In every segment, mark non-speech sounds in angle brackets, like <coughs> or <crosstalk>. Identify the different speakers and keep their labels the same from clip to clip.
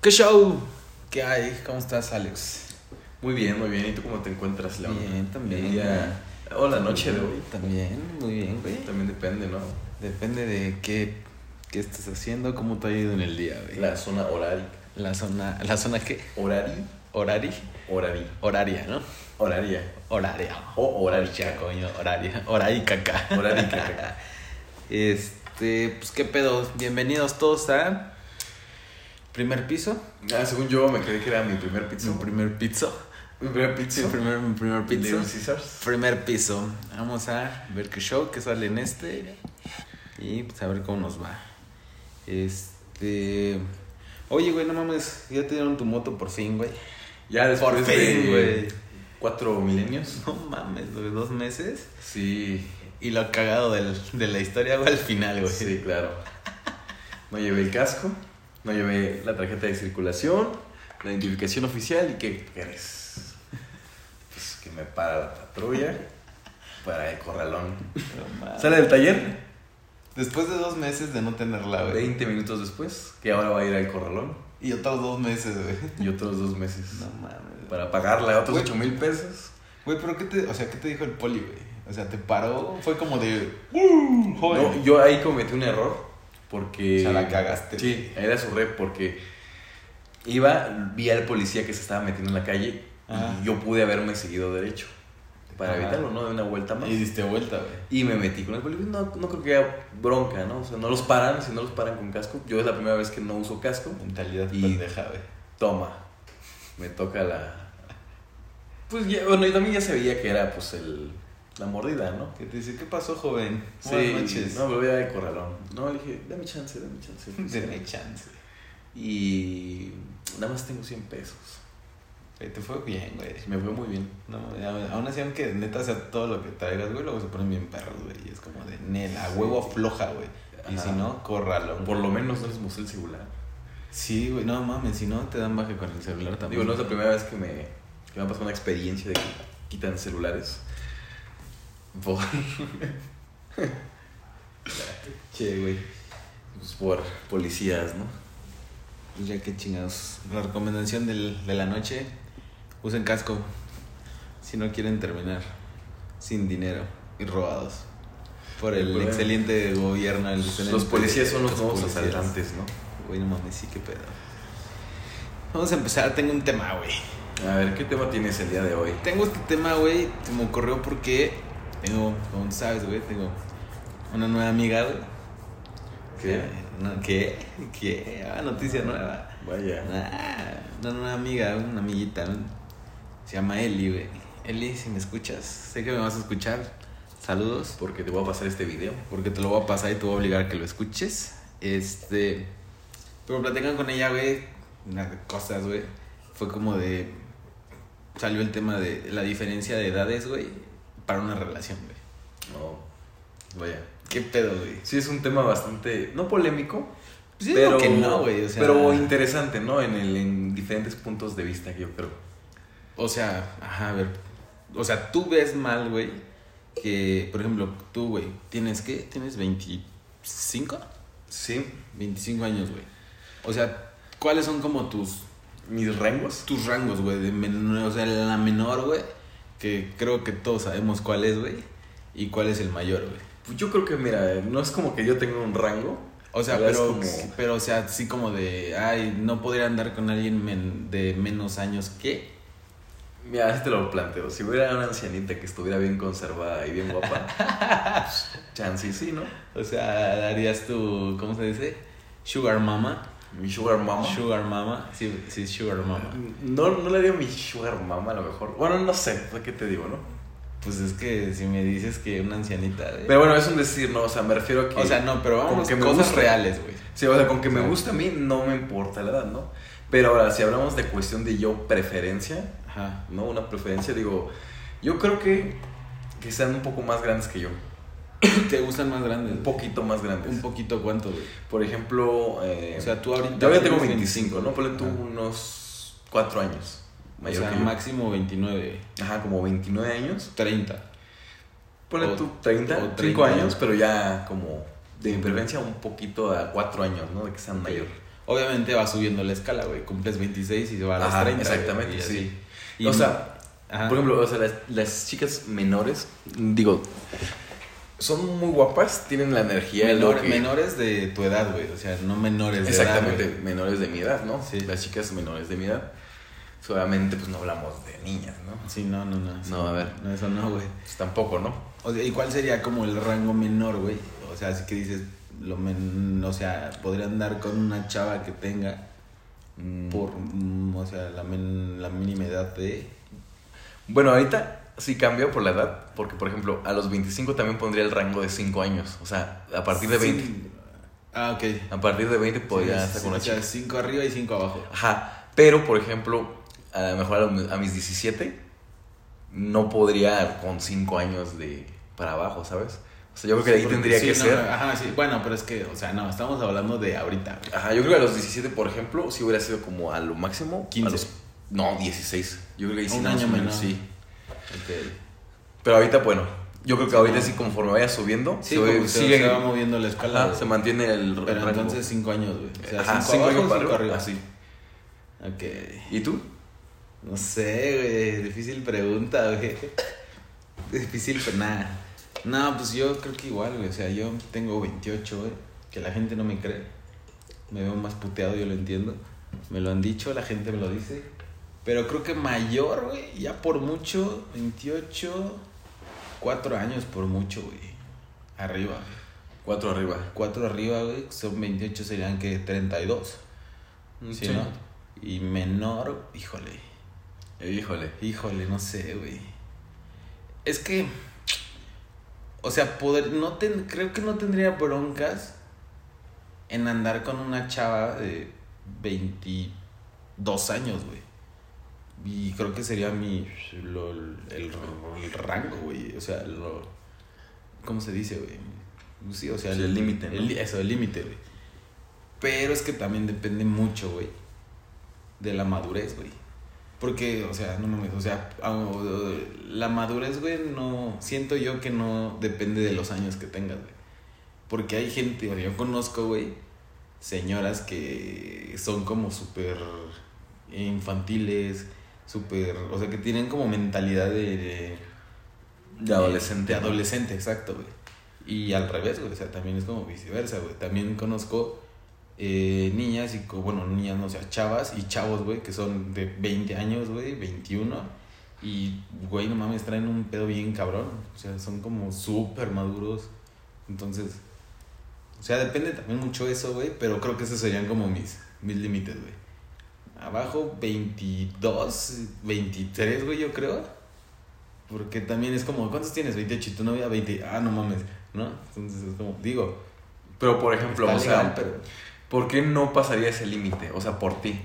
Speaker 1: ¿Qué show? ¿Qué hay? ¿Cómo estás, Alex?
Speaker 2: Muy bien, muy bien. ¿Y tú cómo te encuentras, Laura?
Speaker 1: Bien, también,
Speaker 2: El día- O la noche de hoy.
Speaker 1: También, muy bien, güey.
Speaker 2: También depende, ¿no?
Speaker 1: Depende de qué, qué estés haciendo, cómo te ha ido en el día, güey.
Speaker 2: La zona horaria.
Speaker 1: La zona, ¿la zona qué?
Speaker 2: Horari.
Speaker 1: Horari.
Speaker 2: Horari.
Speaker 1: Horaria, ¿no?
Speaker 2: Horaria.
Speaker 1: Horaria.
Speaker 2: O
Speaker 1: Horaria,
Speaker 2: horaria.
Speaker 1: coño, horaria. Horarica acá.
Speaker 2: Horarica.
Speaker 1: <laughs> Este, pues qué pedo. Bienvenidos todos a primer piso.
Speaker 2: Ah, según yo me creí que era mi primer pizza.
Speaker 1: Mi primer piso.
Speaker 2: Mi primer pizza.
Speaker 1: Mi primer, mi primer piso.
Speaker 2: Little Caesars.
Speaker 1: Primer piso. Vamos a ver qué show que sale en este. Y pues a ver cómo nos va. Este. Oye, güey, no mames. Ya te dieron tu moto por fin, güey.
Speaker 2: Ya Ah, después
Speaker 1: Por fin,
Speaker 2: de
Speaker 1: güey.
Speaker 2: cuatro milenios.
Speaker 1: No mames, güey. Dos meses.
Speaker 2: Sí.
Speaker 1: Y lo cagado del- de la historia, güey, al final, güey.
Speaker 2: Sí, claro. No llevé el casco. No llevé la tarjeta de circulación. La identificación oficial. ¿Y qué crees? Pues que me para la patrulla. Para el corralón.
Speaker 1: No mames.
Speaker 2: Sale del taller
Speaker 1: Después de dos meses de no tenerla, güey.
Speaker 2: 20 minutos después, que ahora va a ir al corralón
Speaker 1: Y otros dos meses, güey.
Speaker 2: y otros dos meses
Speaker 1: No mames.
Speaker 2: para pagarle otros
Speaker 1: Güey.
Speaker 2: 8 mil pesos.
Speaker 1: Güey, pero ¿qué te, o sea, ¿qué te dijo el poli, güey? O sea, ¿te paró? Fue como de... joder.
Speaker 2: No, yo ahí cometí un error porque.
Speaker 1: O sea, la cagaste.
Speaker 2: eh, Sí, era su red porque iba, vi al policía que se estaba metiendo en la calle
Speaker 1: Ajá.
Speaker 2: y yo pude haberme seguido derecho para
Speaker 1: Ah. Ajá.
Speaker 2: evitarlo, ¿no? De una vuelta más.
Speaker 1: Y diste vuelta, güey.
Speaker 2: Y me metí con el policía. No, no creo que haya bronca, ¿no? O sea, no los paran, si no los paran con casco. Yo es la primera vez que no uso casco.
Speaker 1: Mentalidad
Speaker 2: Y-
Speaker 1: pendeja, güey.
Speaker 2: Toma, me toca la. Pues ya, bueno, y también ya se veía que era pues el, la mordida, ¿no?
Speaker 1: Que te dice, ¿qué pasó, joven?
Speaker 2: Sí,
Speaker 1: Buenas noches. <laughs>
Speaker 2: No, me voy al corralón. No, le dije, dame chance, dame chance.
Speaker 1: Deme chance.
Speaker 2: Y nada más tengo 100 pesos.
Speaker 1: Güey, te fue bien, güey.
Speaker 2: Me fue muy bien.
Speaker 1: No, ya, aún así, aunque neta sea todo lo que traigas, güey, luego se ponen bien perros, güey. Y es como de, nela,
Speaker 2: Sí.
Speaker 1: huevo afloja, güey. Y
Speaker 2: Ajá.
Speaker 1: si no, córralo.
Speaker 2: Por lo menos no les mostré el celular.
Speaker 1: Sí, güey, no mames, si no, te dan baje con el celular también.
Speaker 2: Digo, no es la primera vez que me, que me ha pasado una experiencia de que quitan celulares. Por,
Speaker 1: Che, güey.
Speaker 2: pues, por policías, ¿no?
Speaker 1: Pues ya que chingados. La recomendación del- de la noche, usen casco. Si no quieren terminar sin dinero y robados. Por el
Speaker 2: Bueno.
Speaker 1: excelente gobierno. el
Speaker 2: Los
Speaker 1: excelente-
Speaker 2: policías son los, nuevos
Speaker 1: policías.
Speaker 2: asaltantes, ¿no?
Speaker 1: Güey, no mames, sí, qué pedo. Vamos a empezar, tengo un tema, güey.
Speaker 2: A ver, ¿qué tema tienes el día de hoy?
Speaker 1: Tengo este tema, güey, se me ocurrió porque tengo, como tú sabes, güey, tengo una nueva amiga, güey.
Speaker 2: ¿Qué?
Speaker 1: No, ¿Qué? ¿Qué? Ah, noticia nueva.
Speaker 2: Vaya.
Speaker 1: Ah, no, no, una amiga, una amiguita. ¿no? Se llama Eli, güey. Eli, si me escuchas, sé que me vas a escuchar. Saludos,
Speaker 2: Porque te voy a pasar este video.
Speaker 1: porque te lo voy a pasar y te voy a obligar a que lo escuches. Este. Pero platican con ella, güey. Unas cosas, güey. Fue como de. Salió el tema de la diferencia de edades, güey. Para una relación, güey.
Speaker 2: No. Vaya.
Speaker 1: ¿Qué pedo, güey?
Speaker 2: Sí, es un tema bastante. No polémico.
Speaker 1: Pues yo
Speaker 2: pero
Speaker 1: digo que no, güey. O sea,
Speaker 2: Pero interesante, ¿no? En, el, en diferentes puntos de vista que yo creo.
Speaker 1: O sea, ajá, a ver. O sea, tú ves mal, güey, que, por ejemplo, tú, güey, tienes qué? ¿Tienes 25?
Speaker 2: Sí.
Speaker 1: 25 años, güey. O sea, ¿cuáles son como tus
Speaker 2: Mis rangos.
Speaker 1: tus rangos, güey? de men- O sea, la menor, güey, que creo que todos sabemos cuál es, güey, y cuál es el mayor, güey.
Speaker 2: Pues yo creo que, mira, no es como que yo tenga un rango.
Speaker 1: O sea,
Speaker 2: Pero es
Speaker 1: pero,
Speaker 2: como-
Speaker 1: pero, o sea, así como de, ay, no podría andar con alguien men- de menos años que.
Speaker 2: Mira, así te lo planteo. Si hubiera una ancianita que estuviera bien conservada y bien guapa,
Speaker 1: <laughs>
Speaker 2: pues, chance y sí, ¿no?
Speaker 1: O sea, darías tu, ¿cómo se dice? Sugar mama.
Speaker 2: Mi sugar mama.
Speaker 1: Sugar Mama. Sí, sí, Sugar Mama.
Speaker 2: No, no le haría mi sugar mama a lo mejor. Bueno, no sé, ¿qué te digo, no?
Speaker 1: Pues es que si me dices que una ancianita. ¿eh?
Speaker 2: Pero bueno, es un decir, ¿no? O sea, me refiero a que.
Speaker 1: o sea, no, pero vamos
Speaker 2: Como que me
Speaker 1: cosas
Speaker 2: gusta.
Speaker 1: reales, güey.
Speaker 2: Sí, o sea, con que me
Speaker 1: O sea,
Speaker 2: gusta a mí no me importa la edad, ¿no? Pero ahora, si hablamos de cuestión de yo preferencia,
Speaker 1: Ajá.
Speaker 2: ¿no? Una preferencia, digo, yo creo que, que sean un poco más grandes que yo.
Speaker 1: ¿Te gustan más grandes?
Speaker 2: Un
Speaker 1: güey?
Speaker 2: poquito más grandes.
Speaker 1: Un poquito cuánto, güey.
Speaker 2: Por ejemplo, eh,
Speaker 1: O sea, tú ahorita.
Speaker 2: yo ya tengo
Speaker 1: tienes
Speaker 2: 25, ¿no? Ponle tú
Speaker 1: Ajá.
Speaker 2: unos 4 años. Mayor
Speaker 1: o sea,
Speaker 2: que yo.
Speaker 1: máximo 29,
Speaker 2: Ajá, como 29 años.
Speaker 1: 30.
Speaker 2: Ponle
Speaker 1: O-
Speaker 2: tú
Speaker 1: o
Speaker 2: 30, 5
Speaker 1: 30.
Speaker 2: años, pero ya como de mi preferencia un poquito a 4 años, ¿no? De que sean mayor.
Speaker 1: Obviamente va subiendo la escala, güey. Cumples 26 y se va a las
Speaker 2: Ajá,
Speaker 1: 30. güey,
Speaker 2: exactamente,
Speaker 1: y así.
Speaker 2: sí.
Speaker 1: Y-
Speaker 2: o sea,
Speaker 1: ajá.
Speaker 2: por ejemplo, o sea, las, las chicas menores, digo, son muy guapas, tienen la energía de lo
Speaker 1: Menor-
Speaker 2: que-
Speaker 1: menores de tu edad, güey. O sea, no menores de
Speaker 2: Exactamente,
Speaker 1: edad. güey.
Speaker 2: menores de mi edad, ¿no?
Speaker 1: Sí.
Speaker 2: Las chicas menores de mi edad. Obviamente, pues no hablamos de niñas, ¿no?
Speaker 1: Sí, no, no, no.
Speaker 2: No, a ver.
Speaker 1: No, eso no, güey.
Speaker 2: Pues tampoco, ¿no?
Speaker 1: O sea, ¿y cuál sería como el rango menor, güey? O sea, así que dices, lo men o sea, podría andar con una chava que tenga
Speaker 2: Mm,
Speaker 1: por, mm, o sea, la, men- la mínima edad de...
Speaker 2: Bueno, ahorita sí cambió por la edad, porque por ejemplo, a los 25 también pondría el rango de 5 años. O sea, a partir de 20.
Speaker 1: Sí. Ah, ok.
Speaker 2: A partir de 20 podría
Speaker 1: Sí,
Speaker 2: estar
Speaker 1: sí,
Speaker 2: con una
Speaker 1: O sea,
Speaker 2: chica.
Speaker 1: 5 arriba y 5 abajo.
Speaker 2: Ajá. Pero, por ejemplo, a lo mejor a, lo- a mis 17 no podría con 5 años de para abajo, ¿sabes? O sea, yo creo que
Speaker 1: Sí,
Speaker 2: ahí
Speaker 1: porque-
Speaker 2: tendría
Speaker 1: sí,
Speaker 2: que
Speaker 1: no,
Speaker 2: ser.
Speaker 1: no, ajá, sí. Bueno, pero es que, o sea, no, estamos hablando de ahorita, güey.
Speaker 2: Ajá, yo creo que a los 17, por ejemplo, sí hubiera sido como a lo máximo. a
Speaker 1: 15.
Speaker 2: los- no, 16. Yo creo que ahí sí
Speaker 1: Un
Speaker 2: más
Speaker 1: año
Speaker 2: o menos,
Speaker 1: menor.
Speaker 2: Sí.
Speaker 1: Ok.
Speaker 2: Pero ahorita, bueno, yo creo que ahorita
Speaker 1: no.
Speaker 2: sí, conforme vaya subiendo,
Speaker 1: Sí,
Speaker 2: se,
Speaker 1: como
Speaker 2: ve-
Speaker 1: que se,
Speaker 2: sigue.
Speaker 1: se va moviendo la escala.
Speaker 2: Ajá,
Speaker 1: güey.
Speaker 2: se mantiene el
Speaker 1: pero
Speaker 2: rango.
Speaker 1: entonces 5 años, güey. O sea,
Speaker 2: Ajá,
Speaker 1: 5
Speaker 2: cinco años
Speaker 1: abajo,
Speaker 2: para
Speaker 1: 5 arriba.
Speaker 2: arriba. Así.
Speaker 1: Ok.
Speaker 2: ¿Y tú?
Speaker 1: No sé, güey. Difícil pregunta, güey. Difícil, pero nada. No, pues yo creo que igual, güey. O sea, yo tengo 28, güey. Que la gente no me cree. Me veo más puteado, yo lo entiendo. Me lo han dicho, la gente me lo dice. Pero creo que mayor, güey. Ya por mucho, 28, 4 años por mucho, güey. Arriba, güey.
Speaker 2: Cuatro arriba.
Speaker 1: 4 arriba, güey. Son 28, serían que 32. Mm,
Speaker 2: Mm,
Speaker 1: ¿Sí, no? Y menor, híjole.
Speaker 2: Eh, Híjole.
Speaker 1: Híjole, no sé, güey. Es que. O sea, poder, no ten- creo que no tendría broncas en andar con una chava de 22 años, güey. Y creo que sería mi. lo- el, el rango, güey. O sea, lo. ¿Cómo se dice, güey? Pues Sí, o sea,
Speaker 2: Sí, el límite, ¿no?
Speaker 1: el- Eso, el límite, güey. Pero es que también depende mucho, güey, de la madurez, güey. Porque, o sea, no mames, o sea, a- o- la madurez, güey, no. Siento yo que no depende de los años que tengas, güey. Porque hay gente, o sea, yo conozco, güey, señoras que son como súper infantiles, súper. O sea, que tienen como mentalidad de. de-
Speaker 2: De adolescente.
Speaker 1: de adolescente, exacto, güey. Y al revés, güey. O sea, también es como viceversa, güey. También conozco eh, niñas y, co- bueno, niñas, no, o sea, chavas y chavos, güey, que son de 20 años, güey, 21. Y, güey, no mames, traen un pedo bien cabrón. O sea, son como súper maduros. Entonces, o sea, depende también mucho eso, güey. Pero creo que esos serían como mis, mis límites, güey. Abajo 22, 23, güey, yo creo. Porque también es como, ¿cuántos tienes? 28 y tu novia 20. Ah, no mames, ¿no? Entonces es como, digo,
Speaker 2: Pero por ejemplo,
Speaker 1: está
Speaker 2: o sea,
Speaker 1: legal, pero
Speaker 2: ¿por qué no pasaría ese límite? O sea, por ti.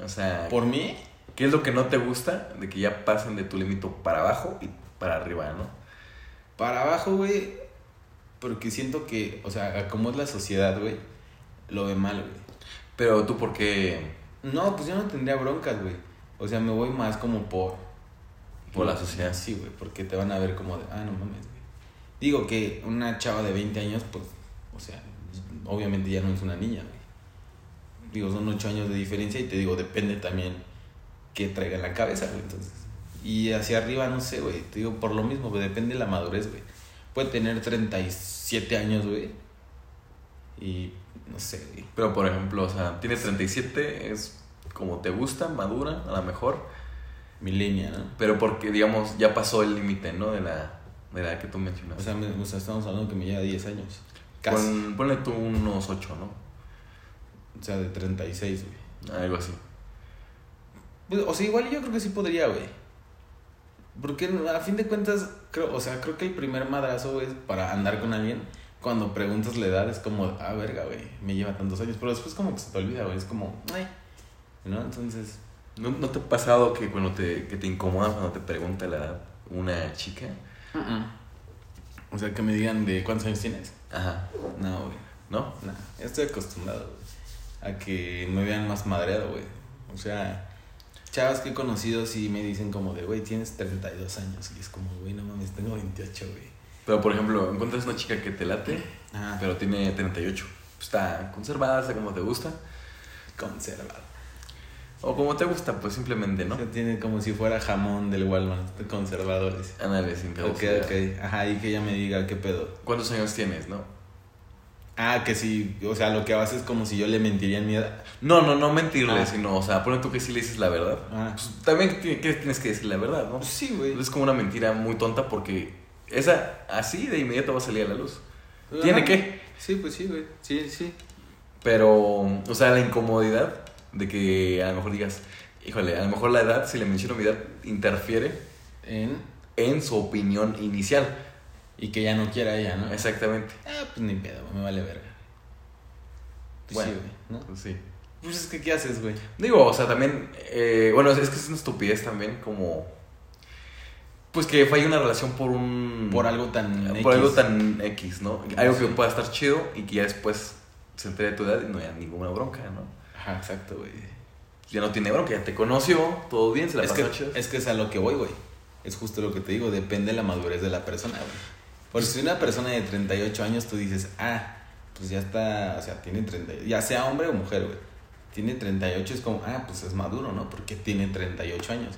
Speaker 2: O sea,
Speaker 1: por mí,
Speaker 2: ¿qué es lo que no te gusta de que ya pasen de tu límite para abajo y para arriba, no?
Speaker 1: para abajo, güey, porque siento que, o sea, como es la sociedad, güey, lo ve mal, güey.
Speaker 2: Pero tú, ¿por qué?
Speaker 1: No, pues yo no tendría broncas, güey. O sea, me voy más como por...
Speaker 2: Por la sociedad.
Speaker 1: Sí, güey, porque te van a ver como de, ah, no mames, güey. Digo que una chava de 20 años, pues, o sea, obviamente ya no es una niña, güey. Digo, son 8 años de diferencia y te digo, depende también que traiga en la cabeza, güey, entonces. Y hacia arriba, no sé, güey, te digo, por lo mismo, güey, depende de la madurez, güey. Puede tener 37 años, güey. Y, no sé, güey.
Speaker 2: Pero por ejemplo, o sea, tienes 37, es como te gusta, madura, a lo mejor.
Speaker 1: Mi línea, ¿no?
Speaker 2: Pero porque, digamos, ya pasó el límite, ¿no? De la, de la que tú
Speaker 1: O
Speaker 2: mencionaste.
Speaker 1: sea, me- o sea, estamos hablando que me lleva 10 años. Casi.
Speaker 2: Pon- ponle tú unos 8, ¿no?
Speaker 1: O sea, de 36, güey.
Speaker 2: Algo así.
Speaker 1: Pues, O sea, igual yo creo que sí podría, güey. Porque a fin de cuentas, creo, o sea, creo que el primer madrazo, güey, es para andar con alguien, cuando preguntas la edad, es como, ah, verga, güey, me lleva tantos años. Pero después como que se te olvida, güey, es como, ay, ¿no? Entonces,
Speaker 2: ¿No, no te ha pasado que cuando te, que te incomoda cuando te pregunta la edad una chica?
Speaker 1: o sea, que me digan de cuántos años tienes.
Speaker 2: Ajá.
Speaker 1: No, güey,
Speaker 2: ¿No?
Speaker 1: no, ya estoy acostumbrado, güey, a que me vean más madreado, güey. O sea, chavas que he conocido sí me dicen como de, güey, tienes 32 años. Y es como, güey, no mames, tengo 28, güey.
Speaker 2: Pero por ejemplo, encuentras una chica que te late,
Speaker 1: Ah,
Speaker 2: Pues, pero tiene 38. Está conservada, está como te gusta.
Speaker 1: Conservado.
Speaker 2: O como te gusta, pues simplemente, ¿no?
Speaker 1: O sea, tiene como si fuera jamón del Walmart, de conservadores.
Speaker 2: Ándale, sin
Speaker 1: Ok,
Speaker 2: caducidad.
Speaker 1: ok. Ajá, y que ella me diga qué pedo.
Speaker 2: ¿Cuántos años tienes, no?
Speaker 1: Ah, que sí, o sea, lo que haces es como si yo le mentiría en mi edad.
Speaker 2: No, no, no mentirle,
Speaker 1: Ah.
Speaker 2: sino, o sea, pone tú que sí le dices la verdad.
Speaker 1: Ah,
Speaker 2: Pues, también ti- que tienes que decir la verdad, ¿no?
Speaker 1: pues sí, güey.
Speaker 2: Es como una mentira muy tonta porque esa así de inmediato va a salir a la luz. Tiene
Speaker 1: Ajá.
Speaker 2: que.
Speaker 1: Sí, pues sí, güey. Sí, sí.
Speaker 2: Pero, o sea, la incomodidad de que a lo mejor digas, híjole, a lo mejor la edad, si le menciono mi edad, interfiere
Speaker 1: En-
Speaker 2: en su opinión inicial.
Speaker 1: Y que ya no quiera ella, ¿no?
Speaker 2: Exactamente.
Speaker 1: Ah, pues ni pedo, me vale verga. Pues
Speaker 2: Bueno.
Speaker 1: sí, güey, ¿no?
Speaker 2: Pues sí.
Speaker 1: Pues es que, ¿qué haces, güey?
Speaker 2: Digo, o sea, también, eh, bueno, es, es que es una estupidez también como... Pues que falle una relación por un...
Speaker 1: Por algo tan.
Speaker 2: Por
Speaker 1: X. Pues
Speaker 2: algo tan X, ¿no? Algo que
Speaker 1: Sí.
Speaker 2: pueda estar chido y que ya después se entere de tu edad y no haya ninguna bronca, ¿no?
Speaker 1: Ajá, exacto, güey.
Speaker 2: Ya no tiene bronca, ya te conoció, todo bien, se la
Speaker 1: Es que,
Speaker 2: pasó chido.
Speaker 1: es que es a lo que voy, güey. Es justo lo que te digo, depende de la madurez de la persona, güey. Porque si una persona de 38 años tú dices, ah, pues ya está, o sea, tiene 30, ya sea hombre o mujer, güey. Tiene 38 es como, ah, pues es maduro, ¿no? Porque tiene 38 años.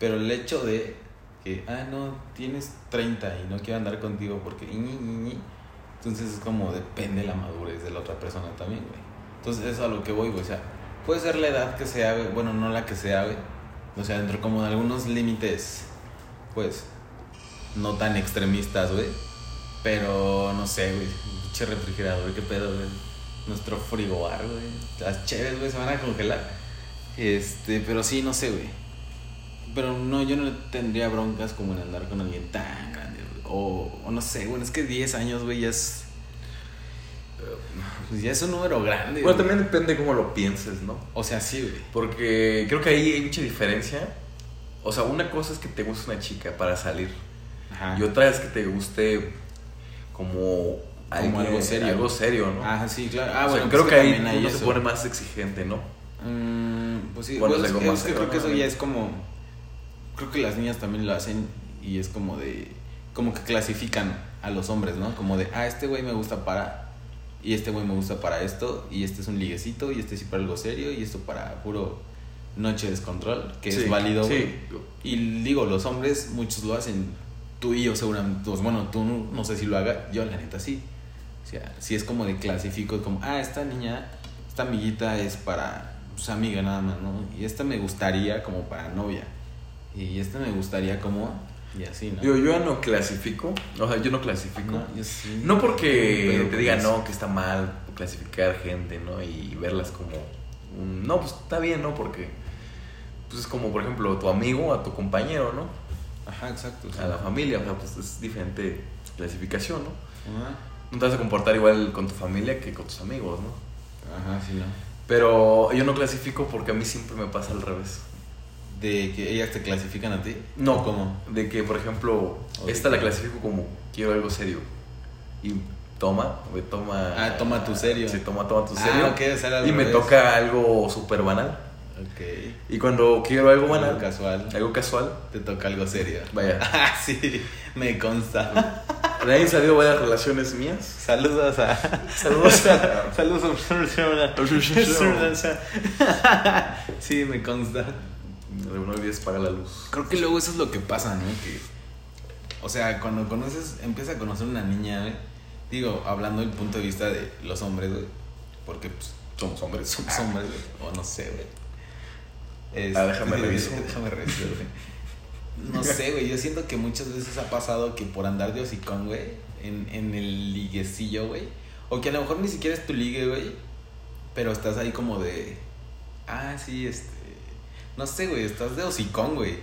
Speaker 1: Pero el hecho de que, ah, no, tienes 30 y no quiero andar contigo porque... ñi, ñi, ñi", Entonces es como depende la madurez de la otra persona también, güey. Entonces eso es a lo que voy, güey. O sea, puede ser la edad que sea, güey. Bueno, no la que sea, güey. O sea, dentro como de algunos límites, pues, no tan extremistas, güey. Pero, no sé, güey. Pinche refrigerador, qué pedo, güey. Nuestro frigobar, güey. Las chéves, güey, se van a congelar. Este, pero sí, no sé, güey. Pero no, yo no tendría broncas como en andar con alguien tan grande, güey. O, o no sé, bueno, es que 10 años, güey, ya es. Pues ya es un número grande, güey.
Speaker 2: Bueno, también depende cómo lo pienses, ¿no?
Speaker 1: O sea, sí, güey.
Speaker 2: Porque creo que ahí hay mucha diferencia. O sea, una cosa es que te guste una chica para salir.
Speaker 1: Ajá.
Speaker 2: Y otra es que te guste como,
Speaker 1: algo serio.
Speaker 2: Algo serio, ¿no?
Speaker 1: Ajá, sí, claro.
Speaker 2: O
Speaker 1: Ah,
Speaker 2: sea,
Speaker 1: bueno,
Speaker 2: creo
Speaker 1: pues
Speaker 2: que ahí
Speaker 1: también hay
Speaker 2: uno se
Speaker 1: eso.
Speaker 2: pone más exigente, ¿no?
Speaker 1: Mm, pues sí,
Speaker 2: Bueno,
Speaker 1: pues,
Speaker 2: algo
Speaker 1: es
Speaker 2: más
Speaker 1: que creo que eso
Speaker 2: cercano,
Speaker 1: ya
Speaker 2: ¿no?
Speaker 1: es como. Creo que las niñas también lo hacen y es como de. Como que clasifican a los hombres, ¿no? Como de, ah, este güey me gusta para. Y este güey me gusta para esto. Y este es un liguecito. Y este sí para algo serio. Y esto para puro noche descontrol. Que
Speaker 2: Sí,
Speaker 1: es válido, güey.
Speaker 2: Sí.
Speaker 1: Y digo, los hombres, muchos lo hacen. Tú y yo seguramente, pues, bueno, tú no, no sé si lo haga, yo la neta sí. O sea, si es como de clasifico, como, ah, esta niña, esta amiguita es para pues, amiga nada más, ¿no? Y esta me gustaría como para novia. Y esta me gustaría como, y así, ¿no?
Speaker 2: Digo, yo ya no clasifico. O sea, yo no clasifico.
Speaker 1: no, yo sí.
Speaker 2: No porque
Speaker 1: Pero pues,
Speaker 2: te
Speaker 1: con
Speaker 2: diga
Speaker 1: eso.
Speaker 2: no, que está mal clasificar gente, ¿no? Y verlas como. un, No, pues está bien, ¿no? Porque. Pues es como, por ejemplo, tu amigo, a tu compañero, ¿no?
Speaker 1: Ajá, exacto. o sea,
Speaker 2: A la familia, o sea, pues es diferente clasificación, ¿no?
Speaker 1: ajá.
Speaker 2: No te vas a comportar igual con tu familia que con tus amigos, ¿no?
Speaker 1: Ajá, sí, ¿no?
Speaker 2: Pero yo no clasifico porque a mí siempre me pasa al revés.
Speaker 1: De que ellas te clasifican a ti.
Speaker 2: No,
Speaker 1: ¿O ¿Cómo?
Speaker 2: De que, por ejemplo,
Speaker 1: Ok.
Speaker 2: esta la clasifico como quiero algo serio. Y toma, me toma.
Speaker 1: Ah, toma tu serio.
Speaker 2: Sí, toma, toma tu
Speaker 1: Ah,
Speaker 2: serio.
Speaker 1: ok, o sea, era al
Speaker 2: Y me
Speaker 1: revés.
Speaker 2: toca algo súper banal.
Speaker 1: Ok.
Speaker 2: Y cuando quiero algo
Speaker 1: Algo
Speaker 2: banal,
Speaker 1: casual.
Speaker 2: algo casual,
Speaker 1: Te toca algo serio. <laughs>
Speaker 2: vaya.
Speaker 1: Ah, sí, me consta.
Speaker 2: De ahí han salido varias relaciones mías.
Speaker 1: Saludos a. <laughs>
Speaker 2: Saludos <laughs> a.
Speaker 1: Saludos a. <laughs> Sí, me consta.
Speaker 2: No olvides pagar la luz.
Speaker 1: Creo que luego eso es lo que pasa, ¿no? Que, o sea, cuando conoces, empiezas a conocer una niña, güey, digo, hablando del punto de vista de los hombres, güey, porque pues,
Speaker 2: Somos hombres.
Speaker 1: somos hombres, <laughs> güey, o no sé, güey. Este,
Speaker 2: Ah, déjame
Speaker 1: digo,
Speaker 2: reviso.
Speaker 1: <laughs> Déjame revisar, güey. No sé, güey, yo siento que muchas veces ha pasado que por andar de hocicón, güey, en, en el liguecillo, güey, o que a lo mejor ni siquiera es tu ligue, güey, pero estás ahí como de, ah, sí, este, no sé, güey, estás de hocicón, güey,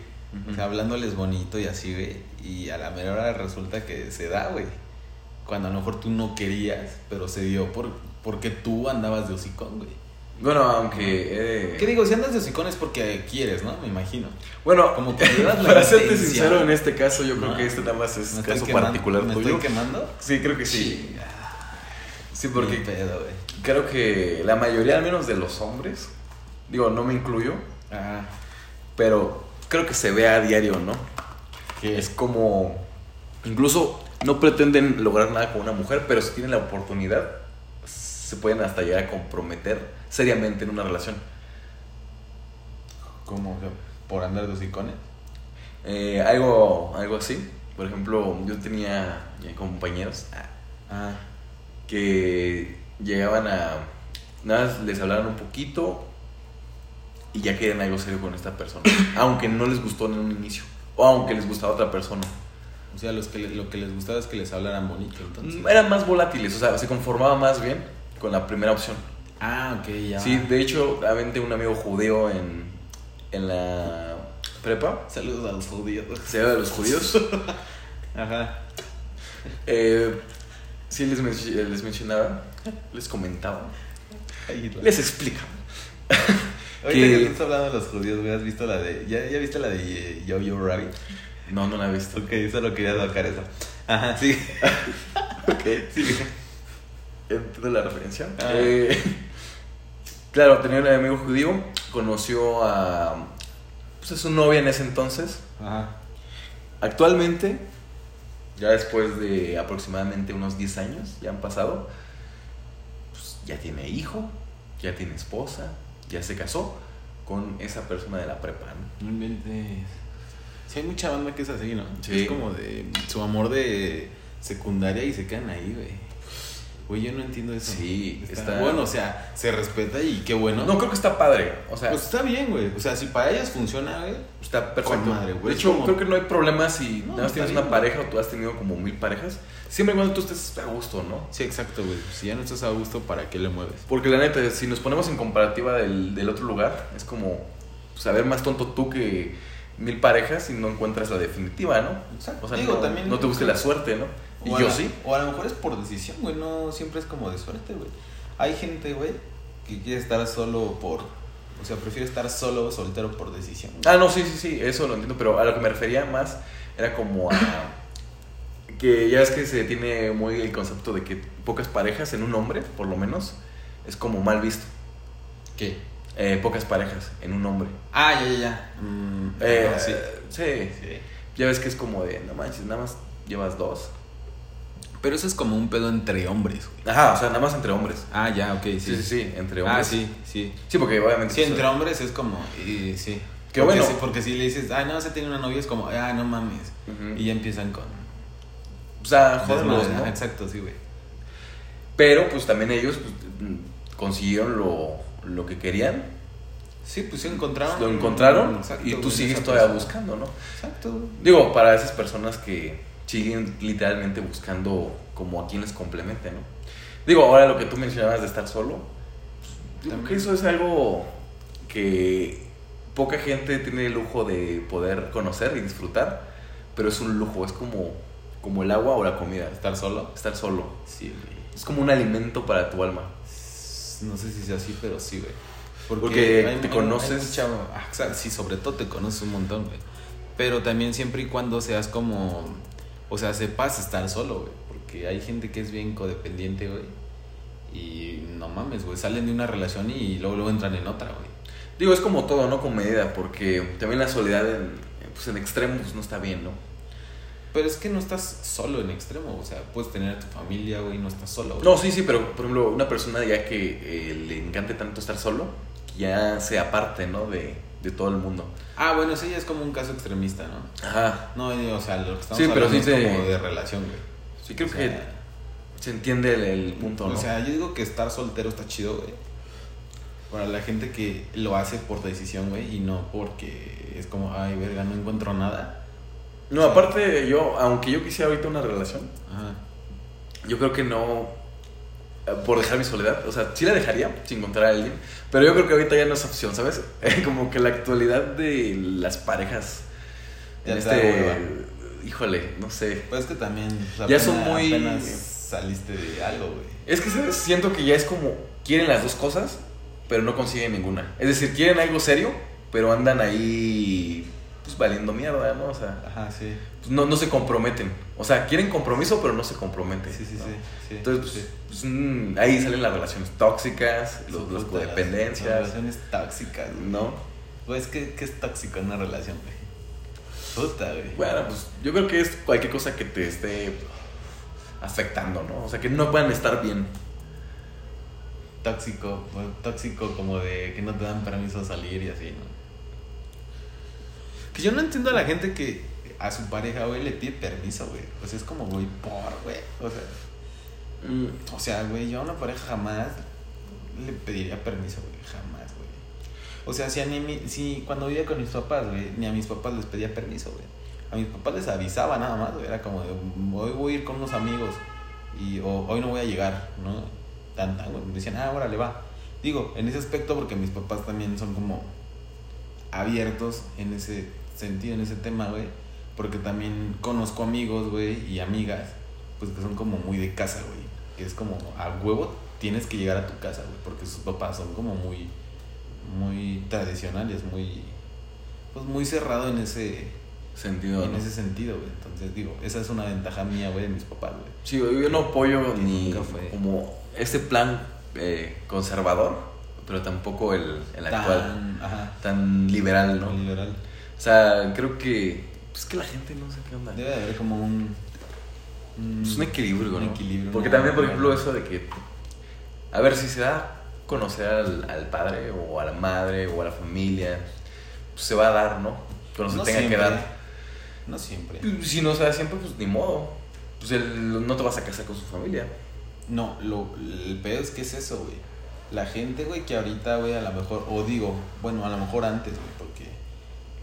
Speaker 1: o sea, hablándoles bonito y así, güey, y a la mera hora resulta que se da, güey, cuando a lo mejor tú no querías, pero se dio por, porque tú andabas de hocicón, güey.
Speaker 2: Bueno, aunque. eh,
Speaker 1: ¿Qué digo? Si andas de hocicón es porque quieres, ¿no? Me imagino.
Speaker 2: Bueno,
Speaker 1: Como que llevas la
Speaker 2: <laughs> para serte
Speaker 1: intención.
Speaker 2: sincero, en este caso, yo creo
Speaker 1: No.
Speaker 2: que este nada más es
Speaker 1: Me estoy
Speaker 2: caso
Speaker 1: quemando-
Speaker 2: particular
Speaker 1: ¿Me
Speaker 2: tuyo.
Speaker 1: estoy quemando?
Speaker 2: Sí, creo que sí. Sí,
Speaker 1: Porque
Speaker 2: porque
Speaker 1: pedo, güey.
Speaker 2: creo que la mayoría, al menos de los hombres, digo, no me incluyo,
Speaker 1: Ah,
Speaker 2: pero creo que se ve a diario, ¿no?
Speaker 1: que
Speaker 2: Es como. Incluso no pretenden lograr nada con una mujer, pero si tienen la oportunidad, se pueden hasta llegar a comprometer seriamente en una relación.
Speaker 1: ¿Cómo? O sea, ¿Por andar de hocicones?
Speaker 2: Eh, algo, algo así. Por ejemplo, yo tenía eh, compañeros ah,
Speaker 1: Ah,
Speaker 2: que llegaban a. Nada, más les hablaban un poquito y ya querían algo serio con esta
Speaker 1: <coughs>
Speaker 2: persona. aunque no les gustó en un inicio. O aunque les gustaba otra persona.
Speaker 1: o sea, los que le- lo que les gustaba es que les hablaran bonito, entonces.
Speaker 2: Mm, Eran más volátiles, o sea, se conformaba más bien con la primera opción.
Speaker 1: Ah, ok, ya.
Speaker 2: Sí, de hecho, también tengo un amigo judeo en, en la prepa.
Speaker 1: Saludos a los judíos.
Speaker 2: Se habla de los judíos.
Speaker 1: <laughs> Ajá.
Speaker 2: Eh, sí, les, menci- les mencionaba, les comentaba,
Speaker 1: Ahí la-
Speaker 2: les explicaba.
Speaker 1: Ahorita
Speaker 2: que-
Speaker 1: que estás hablando de los judíos, güey, ¿has visto la de. ¿Ya, ya viste la de eh, Yo Yo Rabbit?
Speaker 2: No, no la he visto.
Speaker 1: Ok, solo quería tocar eso. Ajá, sí.
Speaker 2: Ok.
Speaker 1: sí.
Speaker 2: Entiendo la referencia.
Speaker 1: Ah.
Speaker 2: Eh, claro, tenía un amigo judío, conoció a, pues, a su novia en ese entonces.
Speaker 1: Ajá.
Speaker 2: Actualmente, ya después de aproximadamente unos 10 años, ya han pasado, pues ya tiene hijo, ya tiene esposa, ya se casó con esa persona de la prepa, ¿no?
Speaker 1: No inventes. Sí, hay mucha banda que es así, ¿no?
Speaker 2: Sí.
Speaker 1: Es como de su amor de secundaria y se quedan ahí, güey. Güey, yo no entiendo eso.
Speaker 2: Sí,
Speaker 1: está,
Speaker 2: está-
Speaker 1: bueno, o sea, se respeta y qué
Speaker 2: No,
Speaker 1: bueno.
Speaker 2: creo que está padre, o sea,
Speaker 1: Pues está bien, güey. O sea, si para ellas funciona, güey.
Speaker 2: está perfecto.
Speaker 1: con madre, güey,
Speaker 2: de
Speaker 1: es
Speaker 2: hecho,
Speaker 1: como-
Speaker 2: creo que no hay problema si
Speaker 1: No,
Speaker 2: nada más
Speaker 1: está
Speaker 2: tienes
Speaker 1: bien,
Speaker 2: una
Speaker 1: güey.
Speaker 2: pareja o tú has tenido como mil parejas, siempre y cuando tú estés a gusto, ¿no?
Speaker 1: Sí, exacto, güey. Si ya no estás a gusto, ¿para qué le mueves?
Speaker 2: Porque la neta, si nos ponemos en comparativa del, del otro lugar, es como saber más tonto tú que mil parejas y no encuentras la definitiva, ¿no?
Speaker 1: Exacto.
Speaker 2: O sea,
Speaker 1: Digo,
Speaker 2: no,
Speaker 1: también-
Speaker 2: no te busque la suerte, ¿no? Y
Speaker 1: O a
Speaker 2: yo
Speaker 1: la-
Speaker 2: sí.
Speaker 1: O a lo mejor es por decisión, güey. No siempre es como de suerte, güey. Hay gente, güey, que quiere estar solo por. O sea, prefiere estar solo o soltero por decisión. güey.
Speaker 2: Ah, no, sí, sí, sí, eso lo entiendo, pero a lo que me refería más era como a... que ya ves que se tiene muy el concepto de que pocas parejas en un hombre, por lo menos, es como mal visto.
Speaker 1: ¿Qué?
Speaker 2: Eh, pocas parejas en un hombre.
Speaker 1: Ah, ya, ya, ya. Mm,
Speaker 2: Eh,
Speaker 1: ah, sí.
Speaker 2: sí. Ya ves que es como de, no manches, nada más llevas dos.
Speaker 1: Pero eso es como un pedo entre hombres, güey.
Speaker 2: Ajá, o sea, nada más entre hombres.
Speaker 1: Ah, ya, ok, sí.
Speaker 2: Sí, sí, sí, entre hombres.
Speaker 1: Ah, sí, sí.
Speaker 2: Sí, porque obviamente.
Speaker 1: Sí,
Speaker 2: pues,
Speaker 1: entre hombres es como, y, sí.
Speaker 2: Qué
Speaker 1: porque,
Speaker 2: bueno.
Speaker 1: sí, porque si le dices, ah, no, se tiene una novia, es como, ah, no mames.
Speaker 2: Ujú.
Speaker 1: Y ya empiezan con.
Speaker 2: O sea, joderlos,
Speaker 1: desmadre,
Speaker 2: ¿no?
Speaker 1: ajá, Exacto, sí, güey.
Speaker 2: Pero pues también ellos pues, mm, consiguieron lo, lo que querían,
Speaker 1: Sí, pues sí encontraron.
Speaker 2: lo encontraron
Speaker 1: Exacto,
Speaker 2: y tú
Speaker 1: güey,
Speaker 2: sigues
Speaker 1: esa
Speaker 2: todavía
Speaker 1: persona.
Speaker 2: buscando, ¿no?
Speaker 1: Exacto, güey.
Speaker 2: Digo, para esas personas que siguen literalmente buscando como a quien les complemente, ¿no? Digo, ahora lo que tú mencionabas de estar solo, pues, digo
Speaker 1: También.
Speaker 2: que eso es algo que poca gente tiene el lujo de poder conocer y disfrutar, pero es un lujo, es como, como el agua o la comida,
Speaker 1: Estar solo.
Speaker 2: estar solo.
Speaker 1: Sí, güey.
Speaker 2: Es como un alimento para tu alma.
Speaker 1: No sé si sea así, pero sí, güey.
Speaker 2: Porque te
Speaker 1: Hay
Speaker 2: conoces.
Speaker 1: mucha- ah, exacto, sí, sobre todo te conoces un montón, güey. Pero también siempre y cuando seas como. O sea, sepas estar solo, güey. Porque hay gente que es bien codependiente, güey. Y no mames, güey. Salen de una relación y luego, luego entran en otra, güey.
Speaker 2: Digo, es como todo, ¿no? Con medida, porque también la soledad en, pues, en extremos no está bien, ¿no?
Speaker 1: Pero es que no estás solo en extremo. O sea, puedes tener a tu familia, güey. No estás solo, güey.
Speaker 2: No, sí, sí, pero por ejemplo, una persona ya que eh, le encante tanto estar solo, que ya se aparte, ¿no? De, de todo el mundo.
Speaker 1: Ah, bueno, sí, es como un caso extremista, ¿no?
Speaker 2: Ajá.
Speaker 1: No, eh, o sea, lo que estamos
Speaker 2: Sí, pero
Speaker 1: hablando
Speaker 2: sí
Speaker 1: es
Speaker 2: te-
Speaker 1: como de relación, güey.
Speaker 2: Sí, creo
Speaker 1: O sea,
Speaker 2: que se entiende el, el punto, ¿no?
Speaker 1: O sea, yo digo que estar soltero está chido, güey. Para la gente que lo hace por decisión, güey, y no porque es como, ay, verga, no encuentro nada.
Speaker 2: no, aparte, yo, aunque yo quisiera ahorita una relación,
Speaker 1: Ajá.
Speaker 2: yo creo que no. eh, Por dejar mi soledad, o sea, sí la dejaría si encontrara a alguien, pero yo creo que ahorita ya no es opción, ¿sabes? <laughs> Como que la actualidad de las parejas.
Speaker 1: Ya
Speaker 2: en este,
Speaker 1: te da hueva.
Speaker 2: Híjole, no sé.
Speaker 1: Pues es que también o sea,
Speaker 2: Ya son
Speaker 1: apenas-
Speaker 2: muy-
Speaker 1: apenas saliste de algo, güey.
Speaker 2: Es que ¿sabes? siento que ya es como quieren las dos cosas, pero no consiguen ninguna. Es decir, quieren algo serio, pero andan ahí pues valiendo mierda, ¿no? O sea,
Speaker 1: Ajá, sí.
Speaker 2: pues, no, no se comprometen. O sea, quieren compromiso, pero no se comprometen.
Speaker 1: Sí, sí, sí.
Speaker 2: ¿no?
Speaker 1: sí.
Speaker 2: Entonces, pues,
Speaker 1: Sí.
Speaker 2: pues, mm, ahí salen las relaciones tóxicas, pues, los, las
Speaker 1: Puta, las- Las
Speaker 2: codependencias,
Speaker 1: relaciones tóxicas, güey.
Speaker 2: ¿no?
Speaker 1: Güey, es que, ¿qué es tóxico en una relación, güey? Puta, güey.
Speaker 2: Bueno, pues yo creo que es cualquier cosa que te esté afectando, ¿no? O sea, que no puedan estar bien.
Speaker 1: tóxico, o tóxico como de que no te dan permiso a salir y así, ¿no? Que yo no entiendo a la gente que a su pareja, güey, le pide permiso, güey. O sea, es como, güey, por, güey. O sea,
Speaker 2: Mm,
Speaker 1: o sea, güey, yo a una pareja jamás le pediría permiso, güey. Jamás, güey. O sea, si, a mí, mi- si cuando vivía con mis papás, güey, ni a mis papás les pedía permiso, güey. A mis papás les avisaba nada más, güey. Era como de, hoy voy a ir con unos amigos y o, hoy no voy a llegar, ¿no? Tan, tan, güey. Me decían, ah, órale, va. Digo, en ese aspecto, porque mis papás también son como abiertos en ese sentido, en ese tema, güey. Porque también conozco amigos, güey, y amigas, pues que son como muy de casa, güey. Que es como, a huevo tienes que llegar a tu casa, güey. Porque sus papás son como muy, muy tradicionales, muy, pues muy cerrado en ese,
Speaker 2: Sentido,
Speaker 1: en
Speaker 2: ¿no?
Speaker 1: ese sentido, güey. Entonces, digo, esa es una ventaja mía, güey, de mis papás, güey.
Speaker 2: Sí, güey, yo no apoyo
Speaker 1: Que
Speaker 2: ni
Speaker 1: nunca fue.
Speaker 2: como este plan eh, conservador, pero tampoco el, el actual
Speaker 1: Tan, ajá,
Speaker 2: tan liberal, ¿no?
Speaker 1: liberal.
Speaker 2: O sea, creo que. Pues que la gente no sé qué onda.
Speaker 1: Debe de haber como un... un-
Speaker 2: Es un equilibrio, Pues ¿no?
Speaker 1: un equilibrio,
Speaker 2: Porque
Speaker 1: ¿no?
Speaker 2: también, por ejemplo, eso de que. A ver, si se da a conocer al, al padre o a la madre o a la familia, pues se va a dar, ¿no? Cuando se
Speaker 1: pues No
Speaker 2: tenga
Speaker 1: siempre.
Speaker 2: que dar.
Speaker 1: No siempre.
Speaker 2: Si no se da siempre, pues ni modo. Pues el- no te vas a casar con su familia.
Speaker 1: No, lo, el pedo es que es eso, güey. La gente, güey, que ahorita, güey, a lo mejor, o digo, bueno, a lo mejor antes, güey, porque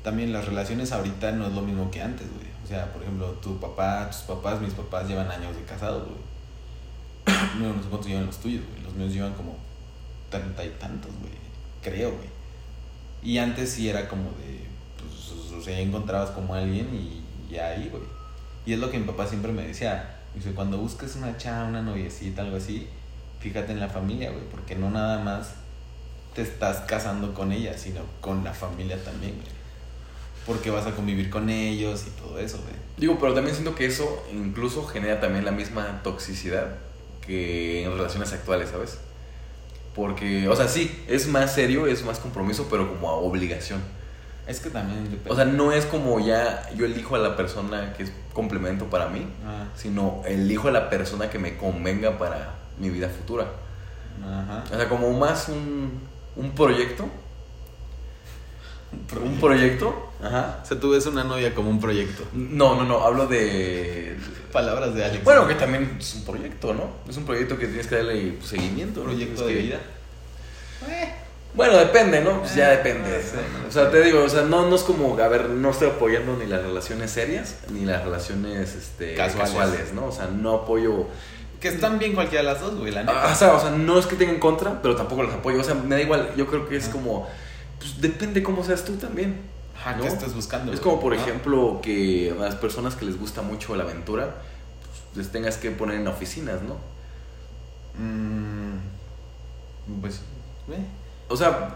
Speaker 1: también las relaciones ahorita no es lo mismo que antes, güey. O sea, por ejemplo, tu papá, tus papás, mis papás llevan años de casados, güey. <coughs> No, no sé cuántos llevan los tuyos, güey. Los míos llevan como treinta y tantos, güey. Creo, güey. Y antes sí era como de, pues, o sea, encontrabas como a alguien y, y ahí, güey. Y es lo que mi papá siempre me decía. Dice, cuando busques una chava, una noviecita, algo así, fíjate en la familia, güey, porque no nada más te estás casando con ella, sino con la familia también, güey. Porque vas a convivir con ellos y todo eso, güey.
Speaker 2: Digo, pero también siento que eso incluso genera también la misma toxicidad que en relaciones actuales, ¿sabes? Porque, o sea, sí, es más serio, es más compromiso, pero como a obligación.
Speaker 1: Es que también depende.
Speaker 2: O sea, no es como ya yo elijo a la persona que es complemento para mí,
Speaker 1: Ah,
Speaker 2: sino elijo a la persona que me convenga para mi vida futura.
Speaker 1: Ah, ajá.
Speaker 2: O sea, como más un, un proyecto, un
Speaker 1: proyecto.
Speaker 2: proyecto. Ajá.
Speaker 1: O sea, tú ves una novia como un proyecto.
Speaker 2: No, no, no, hablo de...
Speaker 1: Palabras de Alex.
Speaker 2: Bueno, que también es un proyecto, ¿no? Es un proyecto que tienes que darle pues, seguimiento. ¿no?
Speaker 1: proyecto de
Speaker 2: Tienes que-
Speaker 1: vida. Eh.
Speaker 2: Bueno, depende, ¿no? Pues ya
Speaker 1: Ah,
Speaker 2: depende.
Speaker 1: no sé, no
Speaker 2: o sea,
Speaker 1: sé.
Speaker 2: te digo, o sea, no, no es como, a ver, no estoy apoyando ni las relaciones serias, ni las relaciones este,
Speaker 1: Casuales.
Speaker 2: casuales. ¿no? O sea, no apoyo...
Speaker 1: Que están bien cualquiera de las dos, güey, la neta.
Speaker 2: Ah, o, sea, o sea, no es que tenga en contra, pero tampoco las apoyo. O sea, me da igual, yo creo que es
Speaker 1: Ah.
Speaker 2: como... Pues depende cómo seas tú también.
Speaker 1: Ajá,
Speaker 2: ¿no?
Speaker 1: ¿qué estás buscando?
Speaker 2: Es
Speaker 1: güey?
Speaker 2: como, por
Speaker 1: Ah,
Speaker 2: ejemplo, que a las personas que les gusta mucho la aventura, pues, les tengas que poner en oficinas, ¿no?
Speaker 1: mm, Pues, eh,
Speaker 2: O sea,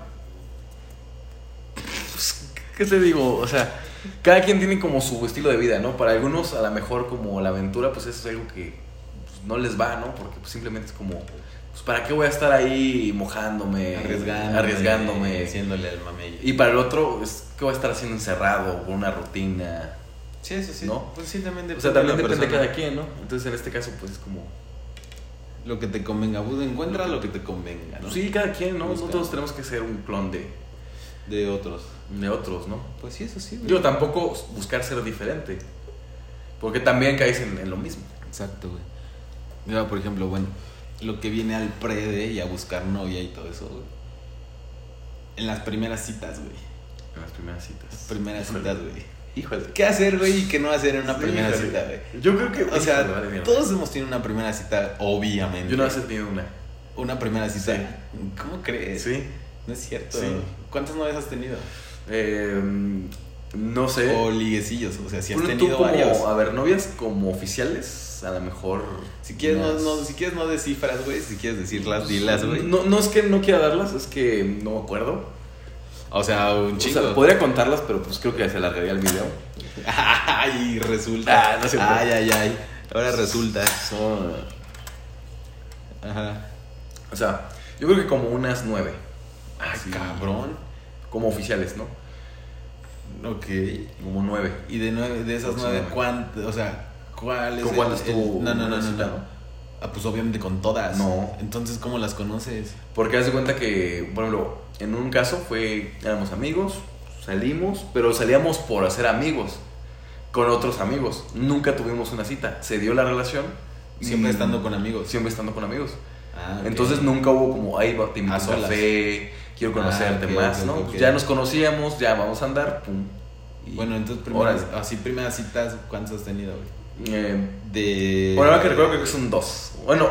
Speaker 2: pues, ¿qué te digo? O sea, cada quien tiene como su estilo de vida, ¿no? Para algunos a lo mejor como la aventura, pues eso es algo que pues, no les va, ¿no? Porque pues, simplemente es como, pues ¿para qué voy a estar ahí mojándome,
Speaker 1: arriesgándome.
Speaker 2: arriesgándome?
Speaker 1: Haciéndole al mamello.
Speaker 2: Y para el otro, es que voy a estar haciendo encerrado con una rutina.
Speaker 1: sí, eso sí.
Speaker 2: ¿no?
Speaker 1: Pues sí, también depende.
Speaker 2: O sea, también
Speaker 1: de la
Speaker 2: depende de
Speaker 1: persona.
Speaker 2: cada quien, ¿no? Entonces en este caso, pues es como...
Speaker 1: Lo que te convenga, Buda, encuentra lo que te convenga, ¿no?
Speaker 2: pues, sí, cada quien, ¿no?
Speaker 1: Busca.
Speaker 2: No todos tenemos que ser un clon de,
Speaker 1: De otros.
Speaker 2: de otros, ¿no?
Speaker 1: Pues sí, eso sí, güey.
Speaker 2: Yo tampoco buscar ser diferente. Porque también caes en, en lo mismo.
Speaker 1: Exacto, güey. Mira, por ejemplo, bueno, lo que viene al pre de y a buscar novia y todo eso, güey. En las primeras citas, güey.
Speaker 2: En las primeras citas.
Speaker 1: Las primeras
Speaker 2: Híjole.
Speaker 1: citas, güey.
Speaker 2: Híjole.
Speaker 1: ¿Qué hacer, güey, y qué no hacer en una
Speaker 2: Sí,
Speaker 1: primera
Speaker 2: híjole.
Speaker 1: cita, güey?
Speaker 2: Yo creo que.
Speaker 1: O sea,
Speaker 2: híjole, vale, mira.
Speaker 1: todos hemos tenido una primera cita, obviamente.
Speaker 2: Yo no he tenido una.
Speaker 1: Una primera cita. ¿Cómo crees?
Speaker 2: Sí.
Speaker 1: No es cierto.
Speaker 2: Sí.
Speaker 1: ¿Cuántas novias has tenido?
Speaker 2: Eh, no sé.
Speaker 1: O liguecillos, o sea, si has
Speaker 2: Ponle tú
Speaker 1: tenido
Speaker 2: como,
Speaker 1: varios.
Speaker 2: A ver, novias como oficiales, a lo mejor.
Speaker 1: Si quieres no,
Speaker 2: unas-
Speaker 1: no- si quieres no de cifras, güey, si quieres decirlas, dilas, güey.
Speaker 2: No, no es que no quiera darlas, es que no me acuerdo.
Speaker 1: O sea, un
Speaker 2: O
Speaker 1: chingo.
Speaker 2: sea, podría contarlas, pero pues creo que se alargaría el video.
Speaker 1: <laughs> Ay, resulta.
Speaker 2: Ah, no es cierto.
Speaker 1: ay, ay, ay. Ahora resulta.
Speaker 2: Son.
Speaker 1: Ajá.
Speaker 2: O sea, yo creo que como unas nueve.
Speaker 1: Ay,
Speaker 2: Así,
Speaker 1: Ah, cabrón.
Speaker 2: Como oficiales, ¿no?
Speaker 1: Ok.
Speaker 2: Como nueve.
Speaker 1: Y de nueve, de esas nueve,
Speaker 2: Aproximadamente.
Speaker 1: ¿cuántas? O sea, ¿cuál es
Speaker 2: ¿Con
Speaker 1: el-
Speaker 2: cuántas
Speaker 1: el-
Speaker 2: tú?
Speaker 1: No, no, no, no,
Speaker 2: cita,
Speaker 1: no. Ah, pues obviamente con todas.
Speaker 2: No.
Speaker 1: Entonces, ¿cómo las conoces?
Speaker 2: Porque haz de cuenta que, por ejemplo, en un caso fue, éramos amigos, salimos, pero salíamos por hacer amigos con otros amigos. Nunca tuvimos una cita. Se dio la relación.
Speaker 1: Siempre
Speaker 2: y-
Speaker 1: estando con amigos.
Speaker 2: Mm. Siempre estando con amigos.
Speaker 1: Ah, ok.
Speaker 2: Entonces nunca hubo como, ay, va, te invito
Speaker 1: A
Speaker 2: a un
Speaker 1: solas.
Speaker 2: café, quiero
Speaker 1: Ah,
Speaker 2: conocerte
Speaker 1: ok,
Speaker 2: más,
Speaker 1: ok,
Speaker 2: ¿no?
Speaker 1: ok,
Speaker 2: Pues
Speaker 1: ok.
Speaker 2: Ya nos conocíamos, ya vamos a andar, pum. Y,
Speaker 1: Bueno, entonces, primeras,
Speaker 2: Órale.
Speaker 1: así primeras citas, ¿cuántas has tenido, güey?
Speaker 2: eh,
Speaker 1: De.
Speaker 2: Por ahora que recuerdo creo que son dos. Bueno,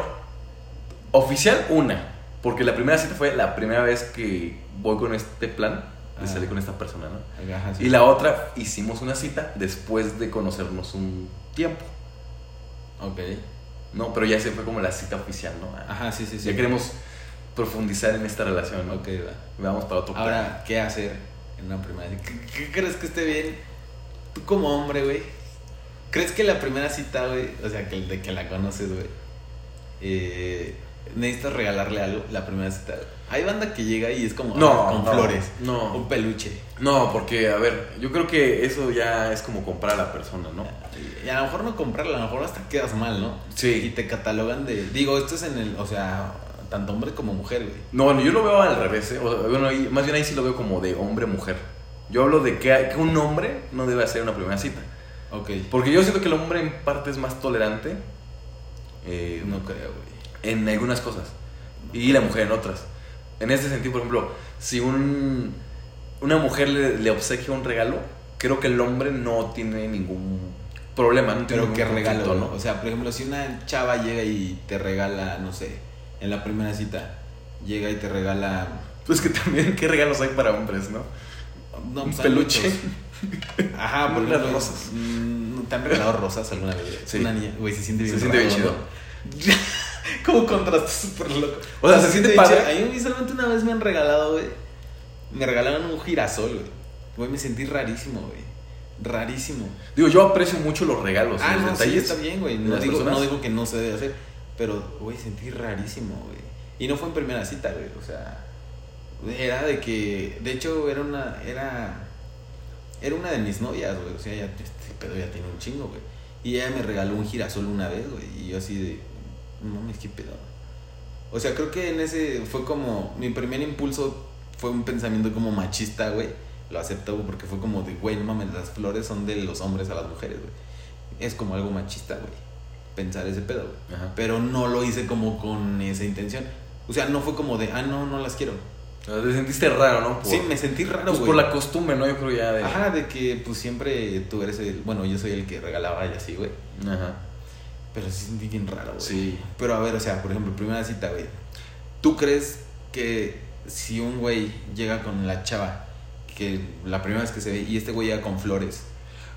Speaker 2: oficial una. Porque la primera cita fue la primera vez que voy con este plan de
Speaker 1: Ah.
Speaker 2: salir con esta persona, ¿no?
Speaker 1: Ajá, sí.
Speaker 2: Y la otra, hicimos una cita después de conocernos un tiempo.
Speaker 1: Ok.
Speaker 2: No, pero ya se fue como la cita oficial, ¿no?
Speaker 1: Ajá, sí, sí, sí.
Speaker 2: Ya queremos profundizar en esta relación, ¿no?
Speaker 1: Ok, va.
Speaker 2: Vamos para otro
Speaker 1: Ahora, ¿qué hacer en una primera cita? ¿Qué, qué crees que esté bien? Tú como hombre, güey. ¿Crees que la primera cita, güey, o sea, que, de que la conoces, güey, eh, necesitas regalarle algo la primera cita? Hay banda que llega y es como
Speaker 2: plan. No,
Speaker 1: ah, con
Speaker 2: no,
Speaker 1: flores,
Speaker 2: No,
Speaker 1: un peluche.
Speaker 2: no, porque, a ver, yo creo que eso ya es como comprar a la persona, ¿no?
Speaker 1: Y a lo mejor no comprarla, a lo mejor hasta quedas mal, ¿no?
Speaker 2: Sí.
Speaker 1: Y te catalogan de. Digo, esto es en el. O sea, tanto hombre como mujer, güey.
Speaker 2: No, no, yo lo veo al revés. ¿eh? O sea, bueno, ahí- más bien ahí sí lo veo como de hombre-mujer. Yo hablo de que, que un hombre no debe hacer una primera cita.
Speaker 1: Ok.
Speaker 2: Porque yo siento que el hombre en parte es más tolerante eh,
Speaker 1: No creo, güey.
Speaker 2: en algunas cosas y la mujer en otras. En ese sentido, por ejemplo, si un, una mujer le, le obsequia un regalo, creo que el hombre no tiene ningún problema. No tiene
Speaker 1: Pero
Speaker 2: ningún
Speaker 1: qué
Speaker 2: conflicto,
Speaker 1: regalo, ¿no? O sea, por ejemplo, si una chava llega y te regala, no sé, en la primera cita, llega y te regala.
Speaker 2: Pues que también, ¿qué regalos hay para hombres, no?
Speaker 1: No,
Speaker 2: Un
Speaker 1: pues, hay
Speaker 2: peluche.
Speaker 1: muchos. Ajá, por
Speaker 2: Unas
Speaker 1: ejemplo,
Speaker 2: rosas.
Speaker 1: mm, ¿Te han regalado rosas alguna vez? güey?
Speaker 2: Sí.
Speaker 1: Una niña, güey, se siente bien
Speaker 2: Se siente bien
Speaker 1: raro, ¿no? <laughs> Como contraste súper loco.
Speaker 2: O sea, se siente
Speaker 1: bien
Speaker 2: padre.
Speaker 1: chido. A mí solamente una vez me han regalado, güey. Me regalaron un girasol, güey. Güey, me sentí rarísimo, güey. Rarísimo.
Speaker 2: Digo, yo aprecio mucho los regalos,
Speaker 1: ah,
Speaker 2: los
Speaker 1: no, sí,
Speaker 2: detalles.
Speaker 1: está bien, güey.
Speaker 2: de
Speaker 1: No
Speaker 2: las
Speaker 1: digo,
Speaker 2: personas.
Speaker 1: no digo que no se debe hacer, pero, güey, sentí rarísimo, güey. Y no fue en primera cita, güey. O sea, era de que, de hecho, era una, era, era una de mis novias, güey. O sea, ya, este pedo ya tiene un chingo, güey. Y ella me regaló un girasol una vez, güey. Y yo así de, no mames, qué pedo. O sea, creo que en ese fue como, mi primer impulso fue un pensamiento como machista, güey. Lo acepto güey, porque fue como de, güey, no mames, las flores son de los hombres a las mujeres, güey es como algo machista, güey. Pensar ese pedo, güey.
Speaker 2: Ajá.
Speaker 1: Pero no lo hice como con esa intención. O sea, no fue como de, ah, no, no las quiero.
Speaker 2: O sea, Te sentiste raro, ¿no? Por-
Speaker 1: Sí, me sentí raro,
Speaker 2: pues
Speaker 1: güey.
Speaker 2: por la costumbre, ¿no? Yo creo ya de.
Speaker 1: Ajá, de que pues siempre tú eres el. Bueno, yo soy el que regalaba y así, güey.
Speaker 2: Ajá.
Speaker 1: Pero sí sentí bien raro, güey.
Speaker 2: Sí.
Speaker 1: Pero a ver, o sea, por ejemplo, primera cita, güey. ¿Tú crees que si un güey llega con la chava, que la primera vez que se ve, y este güey llega con flores,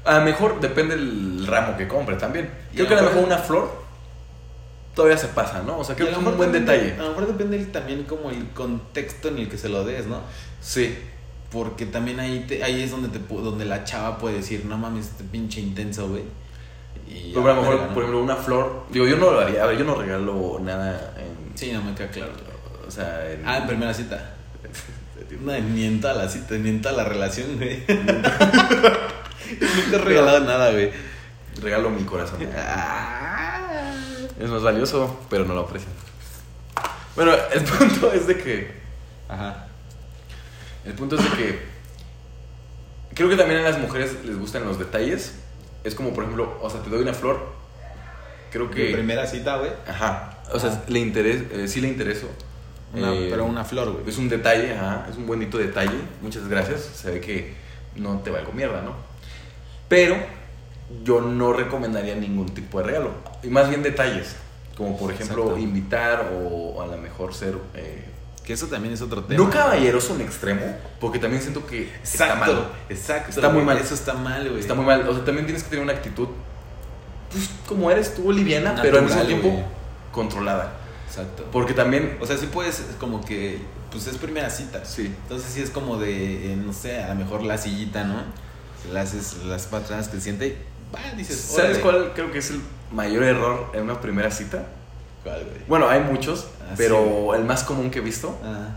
Speaker 2: A lo mejor depende el ramo que compre también.
Speaker 1: Y
Speaker 2: Creo
Speaker 1: a
Speaker 2: que a
Speaker 1: lo
Speaker 2: lo mejor
Speaker 1: mejor-
Speaker 2: una flor todavía se pasa, ¿no? O sea, creo
Speaker 1: Y
Speaker 2: que
Speaker 1: a
Speaker 2: es
Speaker 1: lo mejor
Speaker 2: un buen
Speaker 1: depende-
Speaker 2: detalle.
Speaker 1: A lo mejor depende el- también como el contexto en el que se lo des, ¿no?
Speaker 2: Sí.
Speaker 1: Porque también ahí, te- ahí es donde, te, pu- donde la chava puede decir, no mames, este pinche intenso, güey. Y
Speaker 2: Pero a lo mejor,
Speaker 1: Ah, verga, ¿no?
Speaker 2: por ejemplo, una flor. Digo, yo no lo haría. A ver, yo no regalo nada en.
Speaker 1: Sí, no me queda claro.
Speaker 2: O sea, en. este
Speaker 1: Ah, en primera cita. No, ni en toda la cita, ni en toda la relación,
Speaker 2: <laughs>
Speaker 1: güey. <laughs> Nunca he regalado nada, güey.
Speaker 2: Regalo mi
Speaker 1: <laughs>
Speaker 2: corazón.
Speaker 1: Ah.
Speaker 2: Es más valioso, pero no lo aprecian. Bueno, el <laughs> punto es de que.
Speaker 1: Ajá.
Speaker 2: El punto es de que creo que también a las mujeres les gustan los detalles. Es como, por ejemplo, o sea, te doy una flor. Creo
Speaker 1: En
Speaker 2: que...
Speaker 1: primera cita, güey.
Speaker 2: Ajá. O sea,
Speaker 1: Ah.
Speaker 2: le interés, eh, sí le intereso.
Speaker 1: Una-
Speaker 2: Eh,
Speaker 1: pero una flor, güey.
Speaker 2: Es un detalle, ajá. Es un bonito detalle. Muchas gracias. Se ve que no te valgo mierda, ¿no? Pero yo no recomendaría ningún tipo de regalo. Y más bien detalles. Como, por ejemplo,
Speaker 1: Exacto.
Speaker 2: invitar o a lo mejor ser... eh,
Speaker 1: Que eso también es otro tema.
Speaker 2: no caballeroso en extremo, porque también siento que está
Speaker 1: Exacto,
Speaker 2: mal.
Speaker 1: exacto.
Speaker 2: Está muy
Speaker 1: güey.
Speaker 2: mal.
Speaker 1: Eso está mal, güey.
Speaker 2: Está muy mal. O sea, también tienes que tener una actitud, pues como eres tú, liviana,
Speaker 1: Natural,
Speaker 2: pero al mismo tiempo
Speaker 1: güey.
Speaker 2: controlada.
Speaker 1: Exacto.
Speaker 2: Porque también,
Speaker 1: O sea, sí puedes, como que, pues es primera cita.
Speaker 2: sí,
Speaker 1: Entonces sí es como de, eh, no sé, a lo mejor la sillita, ¿no? La haces las patradas que siente y va, dices,
Speaker 2: ¿sabes
Speaker 1: órale.
Speaker 2: cuál creo que es el mayor error en una primera cita?
Speaker 1: ¿Cuál, güey?
Speaker 2: Bueno, hay muchos,
Speaker 1: Ah,
Speaker 2: pero el más común que he visto,
Speaker 1: Ah,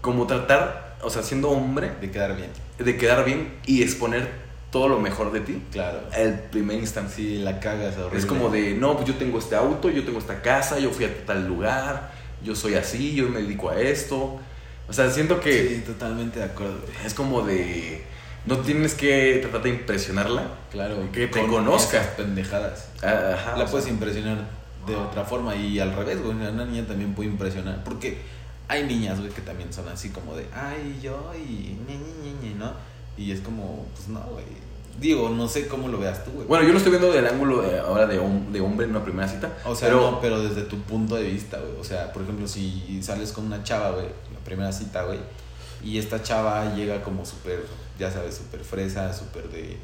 Speaker 2: como tratar, o sea, siendo hombre,
Speaker 1: de quedar bien.
Speaker 2: de quedar bien y exponer todo lo mejor de ti
Speaker 1: Claro.
Speaker 2: al primer instante.
Speaker 1: Sí, la cagas horrible.
Speaker 2: Es como de, no, pues yo tengo este auto, yo tengo esta casa, yo fui a tal lugar, yo soy así, yo me dedico a esto. O sea, siento que
Speaker 1: Sí, totalmente de acuerdo, güey.
Speaker 2: es como de, no tienes que tratar de impresionarla.
Speaker 1: Claro.
Speaker 2: Que te
Speaker 1: con
Speaker 2: conozca.
Speaker 1: esas pendejadas.
Speaker 2: Ah,
Speaker 1: la
Speaker 2: Ajá, o sea, Ah.
Speaker 1: puedes impresionar de otra forma y al revés, güey. Una niña también puede impresionar. Porque hay niñas, güey, que también son así como de, ay, yo y ñe, ñe, ñe, ñe", ¿no? Y es como, pues no, güey. Digo, no sé cómo lo veas tú, güey.
Speaker 2: Bueno, yo lo estoy viendo del ángulo de- ahora de, hom- de hombre en una primera cita.
Speaker 1: o sea,
Speaker 2: pero,
Speaker 1: no, pero desde tu punto de vista, güey. O sea, por ejemplo, si sales con una chava, güey, la primera cita, güey, y esta chava llega como súper, ya sabes, súper fresa, súper de,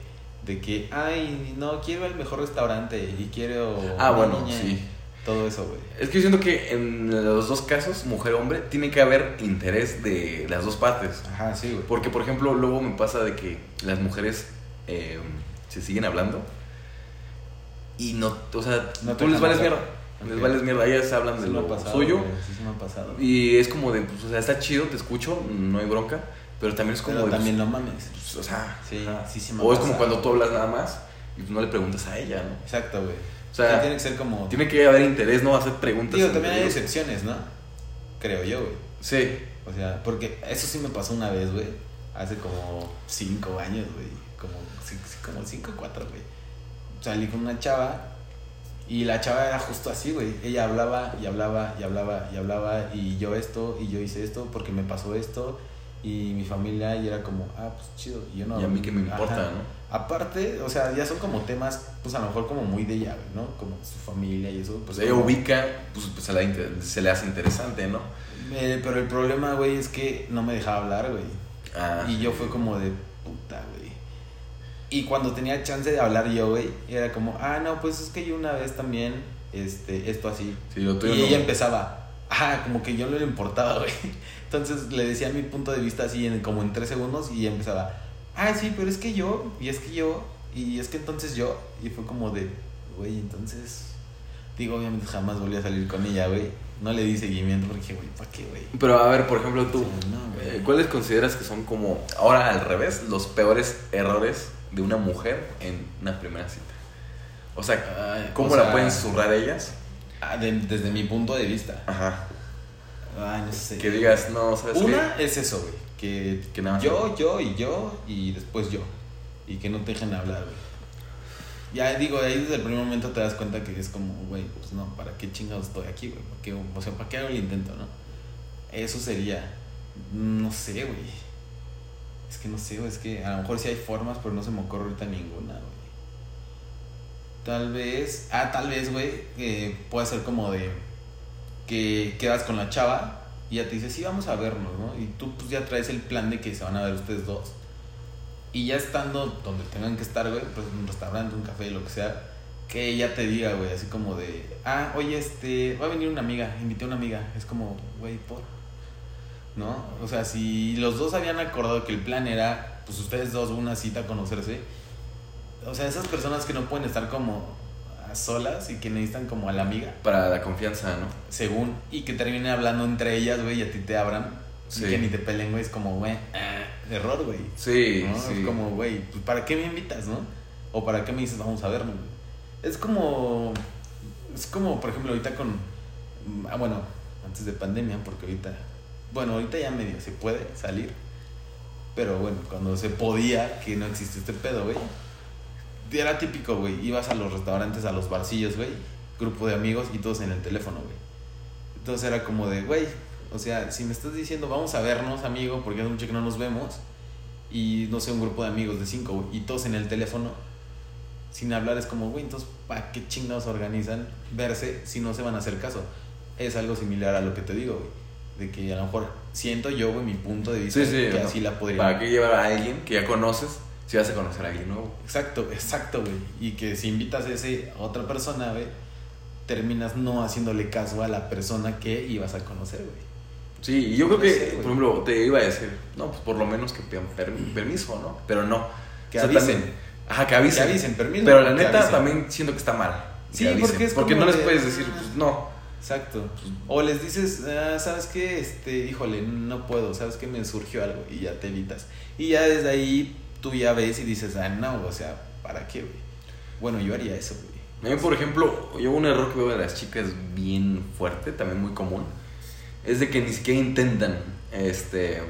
Speaker 1: de que, ay, no, quiero el mejor restaurante y quiero.
Speaker 2: Ah,
Speaker 1: ñe,
Speaker 2: bueno,
Speaker 1: ñe, ñe".
Speaker 2: sí.
Speaker 1: Todo eso, güey.
Speaker 2: Es que yo siento que en los dos casos, mujer-hombre, tiene que haber interés de las dos partes.
Speaker 1: Ajá, sí, güey.
Speaker 2: Porque, por ejemplo, luego me pasa de que las mujeres eh, se siguen hablando y no, o sea,
Speaker 1: No te
Speaker 2: tú les
Speaker 1: dejan hablar.
Speaker 2: vales mierda. Les
Speaker 1: Ok.
Speaker 2: vales mierda, ellas hablan de
Speaker 1: Sí me
Speaker 2: lo
Speaker 1: ha pasado,
Speaker 2: suyo.
Speaker 1: güey, Sí, sí me ha pasado.
Speaker 2: Y es como de, pues, o sea, está chido, te escucho, no hay bronca, pero también es como
Speaker 1: Pero
Speaker 2: de, pues,
Speaker 1: también no mames.
Speaker 2: pues, o sea,
Speaker 1: Sí,
Speaker 2: ajá.
Speaker 1: sí, sí me ha
Speaker 2: o es como
Speaker 1: pasado.
Speaker 2: cuando tú hablas nada más y pues, no le preguntas a ella, ¿no?
Speaker 1: Exacto, güey.
Speaker 2: O
Speaker 1: O
Speaker 2: sea,
Speaker 1: sea, tiene que ser como.
Speaker 2: Tiene que haber interés, ¿no? Hacer preguntas.
Speaker 1: Digo,
Speaker 2: entre
Speaker 1: también hay
Speaker 2: ellos.
Speaker 1: excepciones, ¿no? Creo yo, güey.
Speaker 2: Sí.
Speaker 1: O sea, porque eso sí me pasó una vez, güey. Hace como cinco años, güey. Como, ci- ci- como cinco o cuatro, güey. Salí con una chava y la chava era justo así, güey. Ella hablaba y hablaba y hablaba y hablaba y yo esto y yo hice esto porque me pasó esto y mi familia y era como, ah, pues chido. Y yo no.
Speaker 2: y a mí que me importa,
Speaker 1: Ajá.
Speaker 2: ¿no?
Speaker 1: Aparte, o sea, ya son como temas, pues a lo mejor como muy de ella, güey, ¿no? Como su familia y eso. Pues
Speaker 2: Pues ella
Speaker 1: como-
Speaker 2: ubica, pues, pues, se, la inter- se le hace interesante, ¿no?
Speaker 1: Eh, pero el problema, güey, es que no me dejaba hablar, güey.
Speaker 2: Ah,
Speaker 1: Y yo fue como de puta, güey. Y cuando tenía chance de hablar yo, güey, era como, ah, no, pues es que yo una vez también, este, esto así.
Speaker 2: Sí, lo tuyo
Speaker 1: y
Speaker 2: no.
Speaker 1: ella empezaba, ah, como que yo no le importaba, güey. <laughs> Entonces le decía mi punto de vista así, en, como en tres segundos, y ella empezaba, ah, sí, pero es que yo, y es que yo, y es que entonces yo. Y fue como de, güey, entonces. Digo, obviamente jamás volví a salir con ella, güey. No le di seguimiento porque, dije, güey, ¿para qué, güey?
Speaker 2: Pero a ver, por ejemplo, tú,
Speaker 1: Sí, no, güey.
Speaker 2: eh, ¿cuáles consideras que son como, ahora al revés, los peores errores de una mujer en una primera cita? O sea,
Speaker 1: Ay,
Speaker 2: ¿cómo pues,
Speaker 1: o
Speaker 2: la
Speaker 1: sea,
Speaker 2: pueden zurrar ellas?
Speaker 1: ah, de- desde mi punto de vista.
Speaker 2: Ajá.
Speaker 1: Ay, no sé.
Speaker 2: Que digas, no, ¿sabes
Speaker 1: Una es eso, güey. Que,
Speaker 2: Que nada más-
Speaker 1: yo, yo y yo y después yo. Y que no te dejen hablar, güey. Ya digo, ahí desde el primer momento te das cuenta que es como, güey, pues no, ¿para qué chingados estoy aquí, güey? ¿Para qué- o sea, ¿para qué hago el intento, no? Eso sería, no sé, güey. Es que no sé, güey, es que a lo mejor sí hay formas, pero no se me ocurre ahorita ninguna, güey. Tal vez, ah, tal vez, güey, eh, puede ser como de que quedas con la chava y ya te dice, sí, vamos a vernos, ¿no? Y tú pues ya traes el plan de que se van a ver ustedes dos. Y ya estando donde tengan que estar, güey, pues en un restaurante, un café, lo que sea, que ella te diga, güey, así como de, ah, oye, este, va a venir una amiga, invité a una amiga. Es como, güey, por. ¿No? O sea, si los dos habían acordado que el plan era, pues ustedes dos, una cita, conocerse. O sea, esas personas que no pueden estar como a solas y que necesitan como a la amiga
Speaker 2: qué? Para la confianza, ¿no?
Speaker 1: según, y que terminen hablando entre ellas, güey, y a ti te abran,
Speaker 2: Sí.
Speaker 1: y que ni te peleen, güey, es como, güey, ah, error, güey.
Speaker 2: Sí,
Speaker 1: ¿no?
Speaker 2: sí.
Speaker 1: Es como, güey, pues, ¿para qué me invitas, no? O ¿para qué me dices, vamos a vernos? güey? Es como, es como, por ejemplo, ahorita con, mm, ah, bueno, antes de pandemia, porque ahorita, bueno, ahorita ya medio se puede salir, pero bueno, cuando se podía, que no existe este pedo, güey. Era típico, güey. Ibas a los restaurantes, a los barcillos, güey. Grupo de amigos y todos en el teléfono, güey. Entonces era como de, güey, o sea, si me estás diciendo, vamos a vernos, amigo, porque hace mucho que no nos vemos. Y no sé, un grupo de amigos de cinco, güey. Y todos en el teléfono, sin hablar, es como, güey, entonces, ¿para qué chingados organizan verse si no se van a hacer caso? Es algo similar a lo que te digo, güey. De que a lo mejor siento yo, güey, mi punto de vista
Speaker 2: Sí, sí,
Speaker 1: que
Speaker 2: ¿no?
Speaker 1: así la podría
Speaker 2: ¿Para qué llevar a alguien que ya conoces si vas a conocer a alguien nuevo?
Speaker 1: Exacto, exacto, güey. Y que si invitas a ese a otra persona, güey, terminas no haciéndole caso a la persona que ibas a conocer, güey.
Speaker 2: Sí, y yo creo
Speaker 1: No
Speaker 2: que,
Speaker 1: sé, güey.
Speaker 2: por ejemplo, te iba a decir, no, pues por lo menos que pidan per- permiso, ¿no? Pero no.
Speaker 1: Que
Speaker 2: O sea,
Speaker 1: avisen.
Speaker 2: también- ajá, que avisen.
Speaker 1: Que avisen, permiso,
Speaker 2: Pero la
Speaker 1: que
Speaker 2: neta
Speaker 1: avisen.
Speaker 2: también siento que está mal.
Speaker 1: Sí,
Speaker 2: que avisen,
Speaker 1: porque es
Speaker 2: Porque
Speaker 1: como
Speaker 2: no les
Speaker 1: de- ah.
Speaker 2: puedes decir, pues no.
Speaker 1: Exacto. O les dices, ah, ¿sabes qué? Este, híjole, no puedo, ¿sabes qué? Me surgió algo y ya te evitas. Y ya desde ahí tú ya ves y dices, ah, no, o sea, ¿para qué, güey? Bueno, yo haría eso, güey.
Speaker 2: A mí, por ejemplo, yo un error que veo de las chicas bien fuerte, también muy común, es de que ni siquiera intentan este,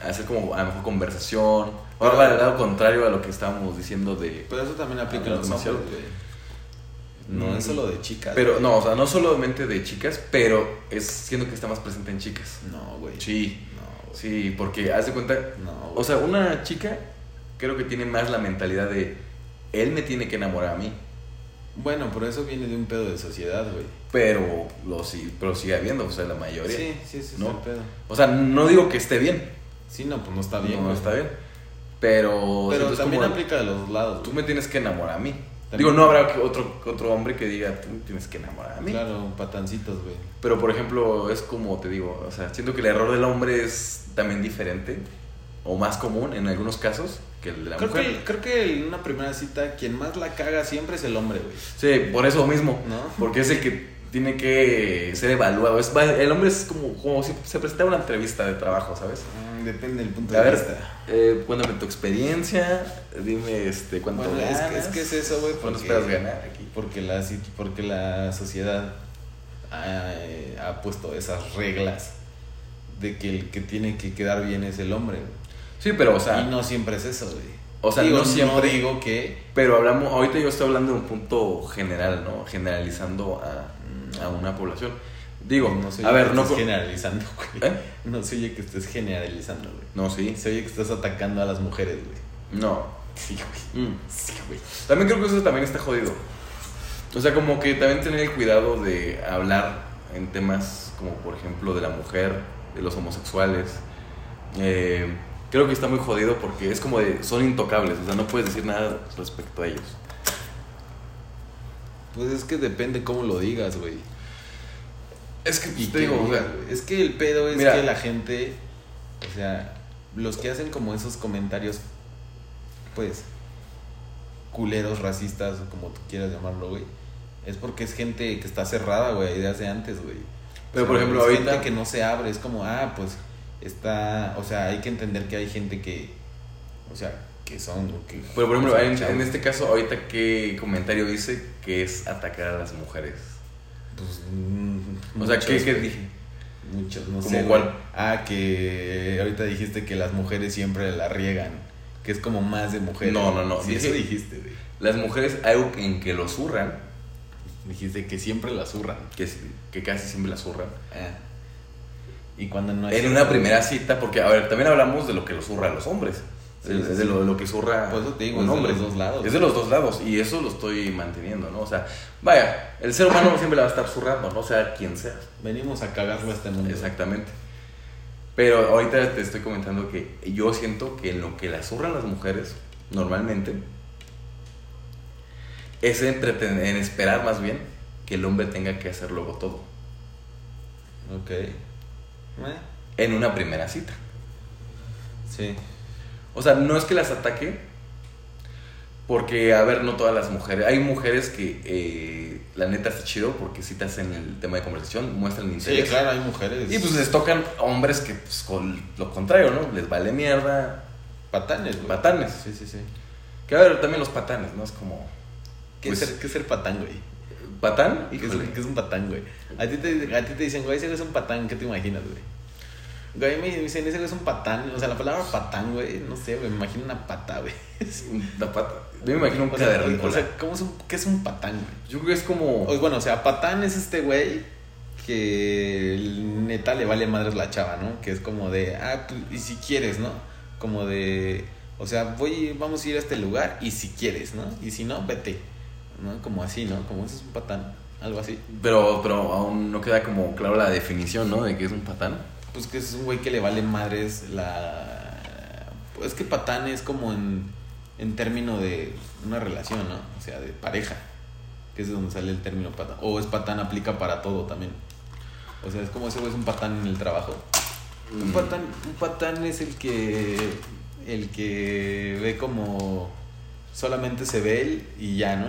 Speaker 2: hacer como a lo mejor conversación, o algo al lado contrario a lo que estábamos diciendo de...
Speaker 1: Pero eso también aplica en
Speaker 2: Hablar
Speaker 1: los hombres,
Speaker 2: demasiado.
Speaker 1: Ah, güey. No,
Speaker 2: Mm.
Speaker 1: es solo de chicas.
Speaker 2: Pero
Speaker 1: güey.
Speaker 2: no, o sea, no solamente de chicas, pero es siendo que está más presente en chicas.
Speaker 1: No, güey.
Speaker 2: Sí,
Speaker 1: No, güey.
Speaker 2: sí, porque haz de cuenta,
Speaker 1: No,
Speaker 2: o
Speaker 1: güey.
Speaker 2: sea, una chica creo que tiene más la mentalidad de, él me tiene que enamorar a mí.
Speaker 1: Bueno, pero eso viene de un pedo de sociedad, güey.
Speaker 2: Pero lo sí, pero sigue habiendo, o sea, la mayoría.
Speaker 1: Sí, sí, sí,
Speaker 2: No.
Speaker 1: es el pedo.
Speaker 2: O sea, no digo que esté bien,
Speaker 1: Sí, no, pues no está bien,
Speaker 2: no
Speaker 1: güey.
Speaker 2: está bien, pero,
Speaker 1: Pero
Speaker 2: siento es
Speaker 1: también
Speaker 2: como,
Speaker 1: aplica de los lados,
Speaker 2: tú
Speaker 1: güey.
Speaker 2: me tienes que enamorar a mí.
Speaker 1: También.
Speaker 2: Digo, no habrá que otro otro hombre que diga, tú me tienes que enamorar a mí.
Speaker 1: Claro, patancitos, güey.
Speaker 2: Pero por ejemplo, es como te digo, o sea, siento que el error del hombre es también diferente o más común en algunos casos que el de la
Speaker 1: Creo
Speaker 2: mujer.
Speaker 1: que, creo que en una primera cita quien más la caga siempre es el hombre, güey.
Speaker 2: Sí, por eso mismo,
Speaker 1: ¿No?
Speaker 2: porque es el que tiene que ser evaluado. Es, va- el hombre es como, como si se presenta a una entrevista de trabajo, ¿sabes?
Speaker 1: Mm, Depende del punto
Speaker 2: A
Speaker 1: de
Speaker 2: ver,
Speaker 1: vista.
Speaker 2: eh, cuéntame tu experiencia, dime este, cuánto
Speaker 1: Bueno, es,
Speaker 2: ganas,
Speaker 1: que- es que es eso, güey,
Speaker 2: cuánto
Speaker 1: porque,
Speaker 2: esperas ganar aquí.
Speaker 1: porque, la, si- porque la sociedad ha, eh, ha puesto esas reglas de que el que tiene que quedar bien es el hombre. güey.
Speaker 2: Sí, pero o
Speaker 1: y
Speaker 2: sea,
Speaker 1: no siempre es eso, güey.
Speaker 2: o sea,
Speaker 1: digo,
Speaker 2: no siempre
Speaker 1: digo que...
Speaker 2: Pero hablamos, ahorita yo estoy hablando de un punto general, ¿no? Generalizando a, a una población. Digo,
Speaker 1: no se
Speaker 2: a
Speaker 1: oye
Speaker 2: ver,
Speaker 1: que
Speaker 2: no.
Speaker 1: estés
Speaker 2: co-
Speaker 1: generalizando, güey.
Speaker 2: ¿Eh?
Speaker 1: No se oye que estés generalizando, güey.
Speaker 2: No, sí.
Speaker 1: Se oye que estás atacando a las mujeres, güey.
Speaker 2: No.
Speaker 1: Sí, güey.
Speaker 2: Mm.
Speaker 1: Sí, güey.
Speaker 2: También creo que eso también está jodido. O sea, como que también tener el cuidado de hablar en temas como, por ejemplo, de la mujer, de los homosexuales. Eh, creo que está muy jodido porque es como de. Son intocables, o sea, no puedes decir nada respecto a ellos.
Speaker 1: Pues es que depende cómo lo digas, güey.
Speaker 2: Es que,
Speaker 1: Y
Speaker 2: te digo, o sea,
Speaker 1: es que el pedo es
Speaker 2: Mira.
Speaker 1: que la gente, o sea, los que hacen como esos comentarios, pues, culeros, racistas, o como tú quieras llamarlo, güey, es porque es gente que está cerrada, güey, a ideas de antes, güey.
Speaker 2: Pero, por ejemplo,
Speaker 1: es
Speaker 2: ahorita-
Speaker 1: gente que no se abre, es como, ah, pues, está, o sea, hay que entender que hay gente que, o sea, que son, que...
Speaker 2: Pero por ejemplo,
Speaker 1: o sea,
Speaker 2: en,
Speaker 1: chavos,
Speaker 2: en este caso, ahorita, ¿qué comentario dice que es atacar a las mujeres?
Speaker 1: pues, mm,
Speaker 2: O sea, ¿qué,
Speaker 1: muchos,
Speaker 2: qué
Speaker 1: güey.
Speaker 2: dije?
Speaker 1: Muchos, no
Speaker 2: ¿Cómo
Speaker 1: sé. güey.
Speaker 2: cuál?
Speaker 1: Ah, que eh, ahorita dijiste que las mujeres siempre la riegan. Que es como más de mujeres.
Speaker 2: No, no, no,
Speaker 1: Sí,
Speaker 2: dije-
Speaker 1: eso dijiste, güey.
Speaker 2: Las mujeres, algo en que los zurran,
Speaker 1: Dijiste que siempre la zurran.
Speaker 2: que, es- que casi siempre las zurran,
Speaker 1: Ah. Y cuando no es
Speaker 2: en
Speaker 1: cierto,
Speaker 2: una primera cita, porque, a ver, también hablamos de lo que los zurra a los hombres.
Speaker 1: Sí,
Speaker 2: de,
Speaker 1: sí,
Speaker 2: de
Speaker 1: sí.
Speaker 2: Lo, lo que zurra
Speaker 1: Por eso te digo,
Speaker 2: un
Speaker 1: es de
Speaker 2: hombre.
Speaker 1: los dos lados.
Speaker 2: Es de los dos lados, y eso lo estoy manteniendo, ¿no? O sea, vaya, el ser
Speaker 1: <laughs>
Speaker 2: humano siempre la va a estar zurrando, ¿no? O sea, quien sea.
Speaker 1: Venimos a cagarlo a este mundo.
Speaker 2: Exactamente. Pero ahorita te estoy comentando que yo siento que en lo que las zurran las mujeres, normalmente, es en, preten- en esperar más bien que el hombre tenga que hacer luego todo.
Speaker 1: Ok. Eh,
Speaker 2: En una primera cita.
Speaker 1: Sí.
Speaker 2: O sea, no es que las ataque, porque, a ver, no todas las mujeres. Hay mujeres que, eh, la neta, está chido porque si te hacen el tema de conversación, muestran
Speaker 1: Sí,
Speaker 2: interés.
Speaker 1: claro, hay mujeres.
Speaker 2: Y pues les tocan hombres que, pues, con lo contrario, ¿no? Les vale mierda,
Speaker 1: patanes, güey.
Speaker 2: Patanes.
Speaker 1: Sí, sí, sí.
Speaker 2: Que a ver, también los patanes, ¿no? Es como.
Speaker 1: ¿Qué,
Speaker 2: Pues-
Speaker 1: es ser, ¿Qué es ser patán, güey?
Speaker 2: ¿Patán?
Speaker 1: ¿Qué es, qué es un patán, güey? A ti te, a ti te dicen, güey, ese güey es un patán, ¿qué te imaginas, güey? Güey, me dicen, ese güey es un patán. O sea, la palabra patán, güey, no sé, güey, me imagino una pata, güey.
Speaker 2: La pata. Yo me imagino un
Speaker 1: O sea,
Speaker 2: cavernícola.
Speaker 1: o sea, ¿cómo es un, ¿qué es un patán, güey?
Speaker 2: yo creo que es como.
Speaker 1: O- bueno, o sea, patán es este güey que el neta le vale madres la chava, ¿no? Que es como de, ah, pues, y si quieres, ¿no? Como de, o sea, voy, vamos a ir a este lugar y si quieres, ¿no? Y si no, vete, ¿no? Como así, ¿no? Como ese es un patán, algo así.
Speaker 2: Pero, pero aún no queda como claro la definición, ¿no? De qué es un patán.
Speaker 1: Pues que es un güey que le vale madres la. Es que patán es como en, en término de una relación, ¿no? O sea, de pareja. Que es de donde sale el término patán. O es patán, aplica para todo también. O sea, es como ese güey es un patán en el trabajo. Mm. Un patán, un patán es el que. El que ve como. Solamente se ve él y ya, ¿no?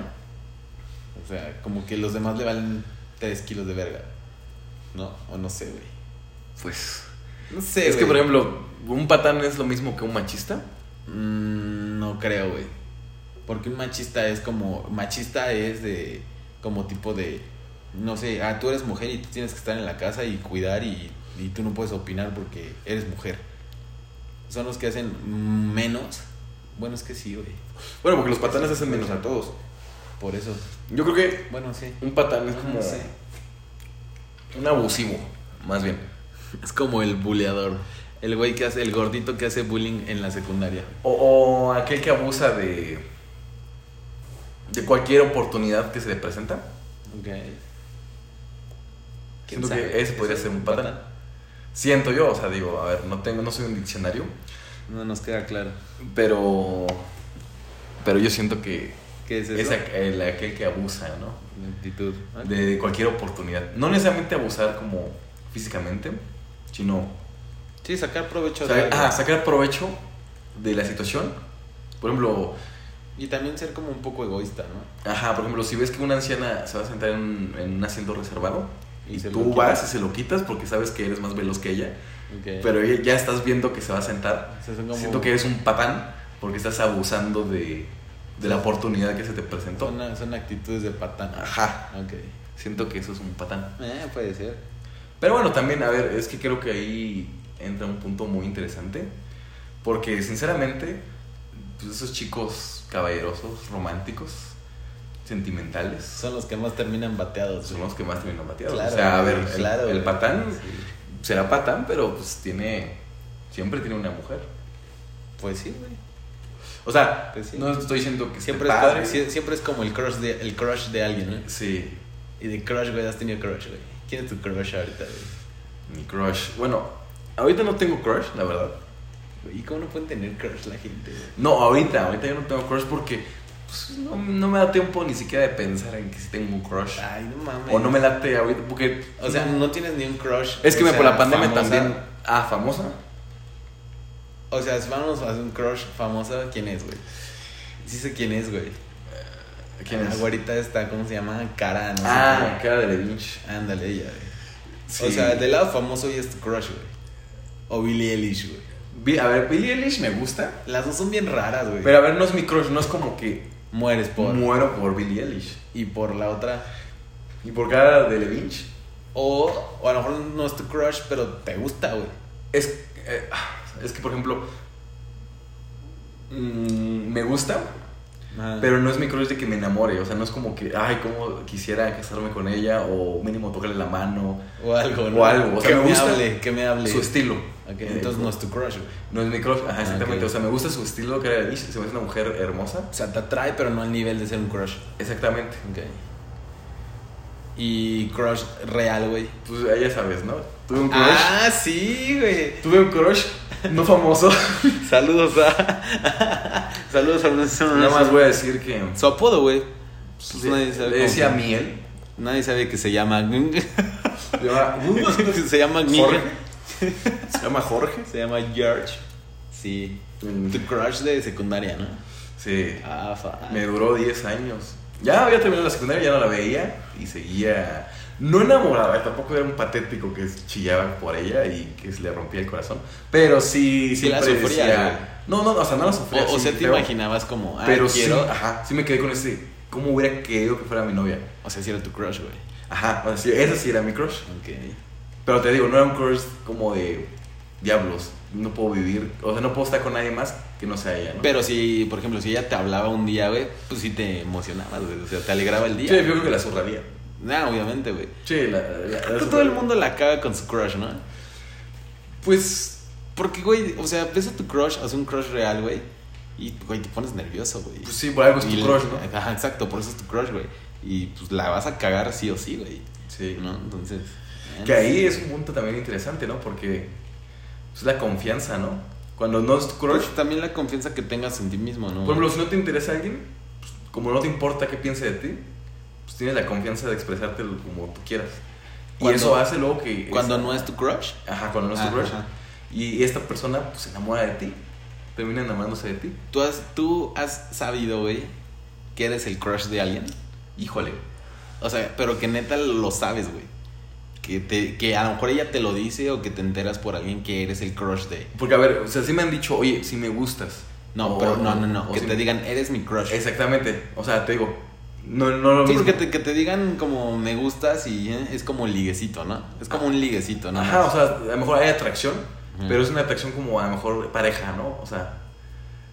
Speaker 1: O sea, como que los demás le valen 3 kilos de verga. ¿No? O no sé, güey.
Speaker 2: Pues.
Speaker 1: No sé,
Speaker 2: es que,
Speaker 1: güey.
Speaker 2: por ejemplo, un patán es lo mismo que un machista.
Speaker 1: Mm, no creo, güey. Porque un machista es como. Machista es de. Como tipo de. No sé, ah, tú eres mujer y tú tienes que estar en la casa y cuidar y, y tú no puedes opinar porque eres mujer. Son los que hacen menos. Bueno, es que sí, güey.
Speaker 2: Bueno, porque los patanes hacen menos a todos.
Speaker 1: Por eso.
Speaker 2: Yo creo que
Speaker 1: Bueno, sí.
Speaker 2: un patán es
Speaker 1: No,
Speaker 2: como
Speaker 1: no sé.
Speaker 2: un abusivo, más bien.
Speaker 1: Es como el buleador. El güey que hace, el gordito que hace bullying en la secundaria.
Speaker 2: O, o aquel que abusa de de cualquier oportunidad que se le presenta.
Speaker 1: Ok.
Speaker 2: Siento que ese podría ser un patán. Siento yo, o sea, digo, a ver, no tengo, no soy un diccionario,
Speaker 1: No nos queda claro.
Speaker 2: pero pero yo siento que
Speaker 1: ¿Qué es eso? Ah,
Speaker 2: es aqu- el- aquel que abusa, ¿no?
Speaker 1: Lentitud. Ok.
Speaker 2: de cualquier oportunidad. No necesariamente abusar como físicamente, sino
Speaker 1: Sí, sacar provecho
Speaker 2: o sea,
Speaker 1: de algo.
Speaker 2: ah, sacar provecho de la situación. Por ejemplo,
Speaker 1: Y también ser como un poco egoísta, ¿no?
Speaker 2: ajá, por ejemplo, si ves que una anciana se va a sentar en, un- en un asiento reservado
Speaker 1: Y
Speaker 2: y,
Speaker 1: se lo
Speaker 2: tú
Speaker 1: quitas.
Speaker 2: vas y se lo quitas porque sabes que eres más veloz que ella,
Speaker 1: Okay.
Speaker 2: pero ella ya estás viendo que se va a sentar.
Speaker 1: O sea, son como-
Speaker 2: Siento que eres un patán porque estás abusando de, de la oportunidad que se te presentó.
Speaker 1: son, son actitudes de patán.
Speaker 2: Ajá,
Speaker 1: Ok.
Speaker 2: siento que eso es un patán.
Speaker 1: Eh, puede ser.
Speaker 2: Pero bueno, también, a ver, es que creo que ahí entra un punto muy interesante. Porque sinceramente, pues esos chicos caballerosos, románticos, sentimentales,
Speaker 1: Son los que más terminan bateados.
Speaker 2: son
Speaker 1: güey.
Speaker 2: los que más terminan bateados.
Speaker 1: Claro,
Speaker 2: o sea, a ver,
Speaker 1: güey,
Speaker 2: el,
Speaker 1: claro,
Speaker 2: el
Speaker 1: güey.
Speaker 2: patán
Speaker 1: Sí.
Speaker 2: será patán, pero pues tiene. Siempre tiene una mujer.
Speaker 1: Pues sí, güey.
Speaker 2: O sea,
Speaker 1: Pues sí.
Speaker 2: no estoy diciendo que
Speaker 1: Siempre es,
Speaker 2: siempre este padre.
Speaker 1: como, sie- siempre es como el crush de, el crush de alguien, ¿no?
Speaker 2: Sí,
Speaker 1: Y de crush, güey, has tenido crush, güey. ¿Quién es tu crush ahorita, güey?
Speaker 2: mi crush. Bueno, ahorita no tengo crush, la verdad.
Speaker 1: Güey, ¿Y cómo no pueden tener crush la gente, güey?
Speaker 2: No, ahorita, ahorita yo no tengo crush porque pues, no, no me da tiempo ni siquiera de pensar en que si tengo un crush.
Speaker 1: Ay, no mames.
Speaker 2: O no me late ahorita porque.
Speaker 1: O sea, no tienes ni un crush.
Speaker 2: Es que
Speaker 1: o
Speaker 2: me,
Speaker 1: sea,
Speaker 2: por la pandemia
Speaker 1: famosa.
Speaker 2: también. Ah, famosa.
Speaker 1: O sea, si vamos a hacer un crush famosa, ¿quién es, güey? Sí sé quién es, güey.
Speaker 2: ¿Quién
Speaker 1: La
Speaker 2: es?
Speaker 1: guarita está, ¿cómo se llama? Cara, no
Speaker 2: Ah,
Speaker 1: sé.
Speaker 2: cara de Lynch.
Speaker 1: qué. Ándale, ella, güey. O sea, del lado famoso ella es tu crush, güey. O Billie Eilish, güey.
Speaker 2: A ver, Billie Eilish me gusta.
Speaker 1: Las dos son bien raras, güey.
Speaker 2: Pero a ver, no es mi crush, no es como que
Speaker 1: Mueres por.
Speaker 2: muero por Billie Eilish.
Speaker 1: y por la otra.
Speaker 2: Y por cara de Lynch.
Speaker 1: O, o a lo mejor no es tu crush, pero te gusta, güey.
Speaker 2: Es, eh, ah, es que, por ejemplo, mm, me gusta,
Speaker 1: Ajá.
Speaker 2: pero no es mi crush de que me enamore. O sea, no es como que, ay, cómo quisiera casarme con ella o mínimo tocarle la mano.
Speaker 1: O algo,
Speaker 2: o algo, o sea,
Speaker 1: que
Speaker 2: me
Speaker 1: me,
Speaker 2: gusta
Speaker 1: hable, que me hable.
Speaker 2: Su estilo.
Speaker 1: Ok,
Speaker 2: Eh,
Speaker 1: entonces no es tu crush, güey.
Speaker 2: No Ah, es mi crush, ajá, exactamente.
Speaker 1: ok.
Speaker 2: O sea, me gusta su estilo, cara de Lynch. Se me hace una mujer hermosa.
Speaker 1: O sea, te atrae, pero no al nivel de ser un crush.
Speaker 2: Exactamente.
Speaker 1: Ok. Y crush real, güey.
Speaker 2: Pues ah, ya sabes, ¿no? Tuve un crush.
Speaker 1: Ah, sí, güey.
Speaker 2: Tuve un crush no <laughs> famoso.
Speaker 1: Saludos a. Saludos a <laughs> Nelson.
Speaker 2: Nada más voy a decir que.
Speaker 1: Su apodo, güey. Pues
Speaker 2: Le,
Speaker 1: nadie sabe
Speaker 2: le
Speaker 1: cómo
Speaker 2: decía
Speaker 1: se-
Speaker 2: Miel.
Speaker 1: Nadie sabe que se llama.
Speaker 2: Se llama,
Speaker 1: <laughs>
Speaker 2: <laughs>
Speaker 1: se llama
Speaker 2: Jorge.
Speaker 1: Jorge.
Speaker 2: Se llama Jorge.
Speaker 1: Se llama George. Sí. Tu crush de secundaria, ¿no?
Speaker 2: Sí.
Speaker 1: Ah, fa.
Speaker 2: Me duró 10 años. Ya había terminado la secundaria, ya no la veía. Y seguía. No enamorada, tampoco era un patético que chillaba por ella y que se le rompía el corazón. Pero sí.
Speaker 1: Sí la
Speaker 2: siempre
Speaker 1: sufría,
Speaker 2: decía- No, no, o sea, no la sufría.
Speaker 1: O, o
Speaker 2: sí,
Speaker 1: sea, te
Speaker 2: feo.
Speaker 1: imaginabas como. Ah,
Speaker 2: Pero
Speaker 1: quiero.
Speaker 2: sí, ajá, sí me quedé con ese. ¿Cómo hubiera querido que fuera mi novia?
Speaker 1: O sea, si era tu crush, güey.
Speaker 2: Ajá, o sea, sí, esa sí era mi crush.
Speaker 1: Ok.
Speaker 2: Pero te digo, no era un crush como de diablos. No puedo vivir, o sea, no puedo estar con nadie más que no sea ella, ¿no?
Speaker 1: Pero si, por ejemplo, si ella te hablaba un día, güey, pues sí te emocionabas, güey. O sea, te alegraba el
Speaker 2: sí,
Speaker 1: día.
Speaker 2: yo creo que la zurraría.
Speaker 1: Nah, obviamente, güey.
Speaker 2: Sí, la, la-
Speaker 1: Creo
Speaker 2: la
Speaker 1: que todo el
Speaker 2: zurraría.
Speaker 1: mundo la caga con su crush, ¿no?
Speaker 2: Pues,
Speaker 1: Porque, güey, o sea, ves a tu crush, haz un crush real, güey. Y, güey, te pones nervioso, güey.
Speaker 2: pues sí, por algo es
Speaker 1: Y
Speaker 2: tu
Speaker 1: le- eh,
Speaker 2: crush, ¿no?
Speaker 1: Ajá, exacto, por eso es tu crush, güey. Y pues la vas a cagar sí o sí, güey.
Speaker 2: Sí.
Speaker 1: ¿No? Entonces. eh,
Speaker 2: Que ahí es un punto también interesante, ¿no? Porque es la confianza, ¿no? Cuando no es tu
Speaker 1: pues,
Speaker 2: crush,
Speaker 1: también la confianza que tengas en ti mismo, ¿no?
Speaker 2: por ejemplo, si no te interesa alguien, pues, como no te importa qué piense de ti, pues tienes la confianza de expresarte como tú quieras. Y
Speaker 1: Cuando-
Speaker 2: eso hace luego que...
Speaker 1: Cuando
Speaker 2: esa-
Speaker 1: no es tu crush.
Speaker 2: Ajá, cuando no es tu
Speaker 1: Ah,
Speaker 2: crush.
Speaker 1: ajá.
Speaker 2: Y esta persona pues, se enamora de ti. Termina enamorándose de ti.
Speaker 1: ¿Tú has, tú has sabido, güey, que eres el crush de alguien.
Speaker 2: Híjole.
Speaker 1: O sea, pero que neta lo sabes, güey. Que, te, que a lo mejor ella te lo dice o que te enteras por alguien que eres el crush de.
Speaker 2: Porque, a ver, o sea, sí me han dicho, oye, si me gustas.
Speaker 1: No,
Speaker 2: O-
Speaker 1: pero no, no, no. O
Speaker 2: Oh, que
Speaker 1: que
Speaker 2: te-
Speaker 1: te digan, eres mi crush.
Speaker 2: Exactamente. O sea, te digo, no, no lo
Speaker 1: Sí,
Speaker 2: mismo.
Speaker 1: porque te- que te digan como me gustas y eh, es como liguecito, ¿no? Es como un liguecito, ¿no?
Speaker 2: Ajá, o sea, a lo mejor hay atracción,
Speaker 1: Ujú.
Speaker 2: pero es una atracción como a lo mejor pareja, ¿no? O sea,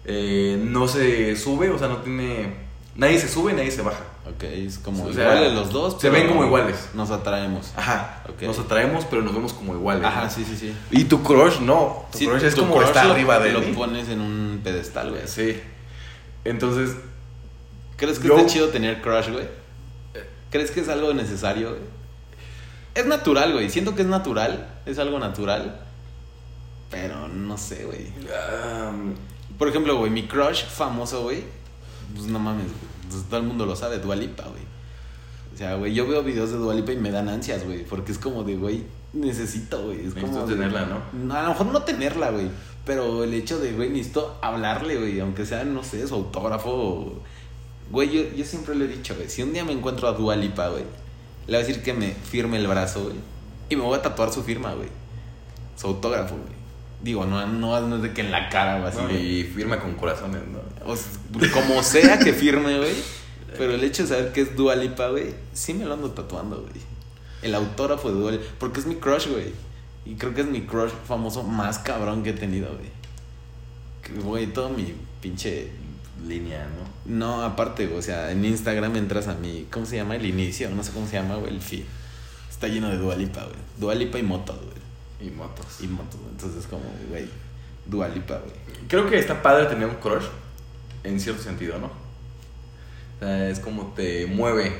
Speaker 2: eh, no se sube, o sea, no tiene. Nadie se sube, nadie se baja.
Speaker 1: Ok, es como
Speaker 2: O sea,
Speaker 1: iguales los dos.
Speaker 2: se
Speaker 1: pero
Speaker 2: ven como iguales.
Speaker 1: Nos atraemos.
Speaker 2: Ajá,
Speaker 1: Ok.
Speaker 2: nos atraemos, pero nos vemos como iguales.
Speaker 1: Ajá,
Speaker 2: ¿no?
Speaker 1: sí, sí, sí.
Speaker 2: Y tu crush, no. Tu
Speaker 1: Sí,
Speaker 2: crush es
Speaker 1: tu
Speaker 2: como
Speaker 1: crush
Speaker 2: está
Speaker 1: lo-
Speaker 2: arriba de
Speaker 1: Lo
Speaker 2: mí.
Speaker 1: pones en un pedestal, güey.
Speaker 2: Sí. Entonces,
Speaker 1: ¿Crees que
Speaker 2: Yo-
Speaker 1: está chido tener crush, güey? ¿Crees que es algo necesario, güey? Es natural, güey. Siento que es natural. Es algo natural. Pero no sé, güey.
Speaker 2: um,
Speaker 1: Por ejemplo, güey, mi crush famoso, güey. Pues no mames, güey. Pues, todo el mundo lo sabe, Dualipa, güey. O sea, güey, yo veo videos de Dualipa y me dan ansias, güey. Porque es como de, güey, necesito, güey. Es como.
Speaker 2: necesito
Speaker 1: de-
Speaker 2: tenerla, ¿no?
Speaker 1: No, A lo mejor no tenerla, güey. Pero el hecho de, güey, necesito hablarle, güey. Aunque sea, no sé, su autógrafo. o- Güey, yo, yo siempre le he dicho, güey. Si un día me encuentro a Dualipa, güey, le voy a decir que me firme el brazo, güey. Y me voy a tatuar su firma, güey. Su autógrafo, güey. Digo, no, no, no es de que en la cara o así.
Speaker 2: No,
Speaker 1: güey.
Speaker 2: y firma con corazones, ¿no?
Speaker 1: O s- como sea que firme, güey. Pero el hecho de saber que es Dualipa, güey, sí me lo ando tatuando, güey. El autógrafo de Dualipa. Porque es mi crush, güey. Y creo que es mi crush famoso más cabrón que he tenido, güey. Que, Güey, todo mi pinche.
Speaker 2: Línea, ¿no?
Speaker 1: No, aparte, güey, o sea, en Instagram entras a mi. ¿Cómo se llama? El inicio, no sé cómo se llama, güey, el feed. Está lleno de Dualipa, güey. Dualipa y motos, güey.
Speaker 2: Y motos.
Speaker 1: Y motos, güey. Entonces, como, güey, Dualipa, güey.
Speaker 2: Creo que está padre tener un crush en cierto sentido, ¿no? O sea, es como te mueve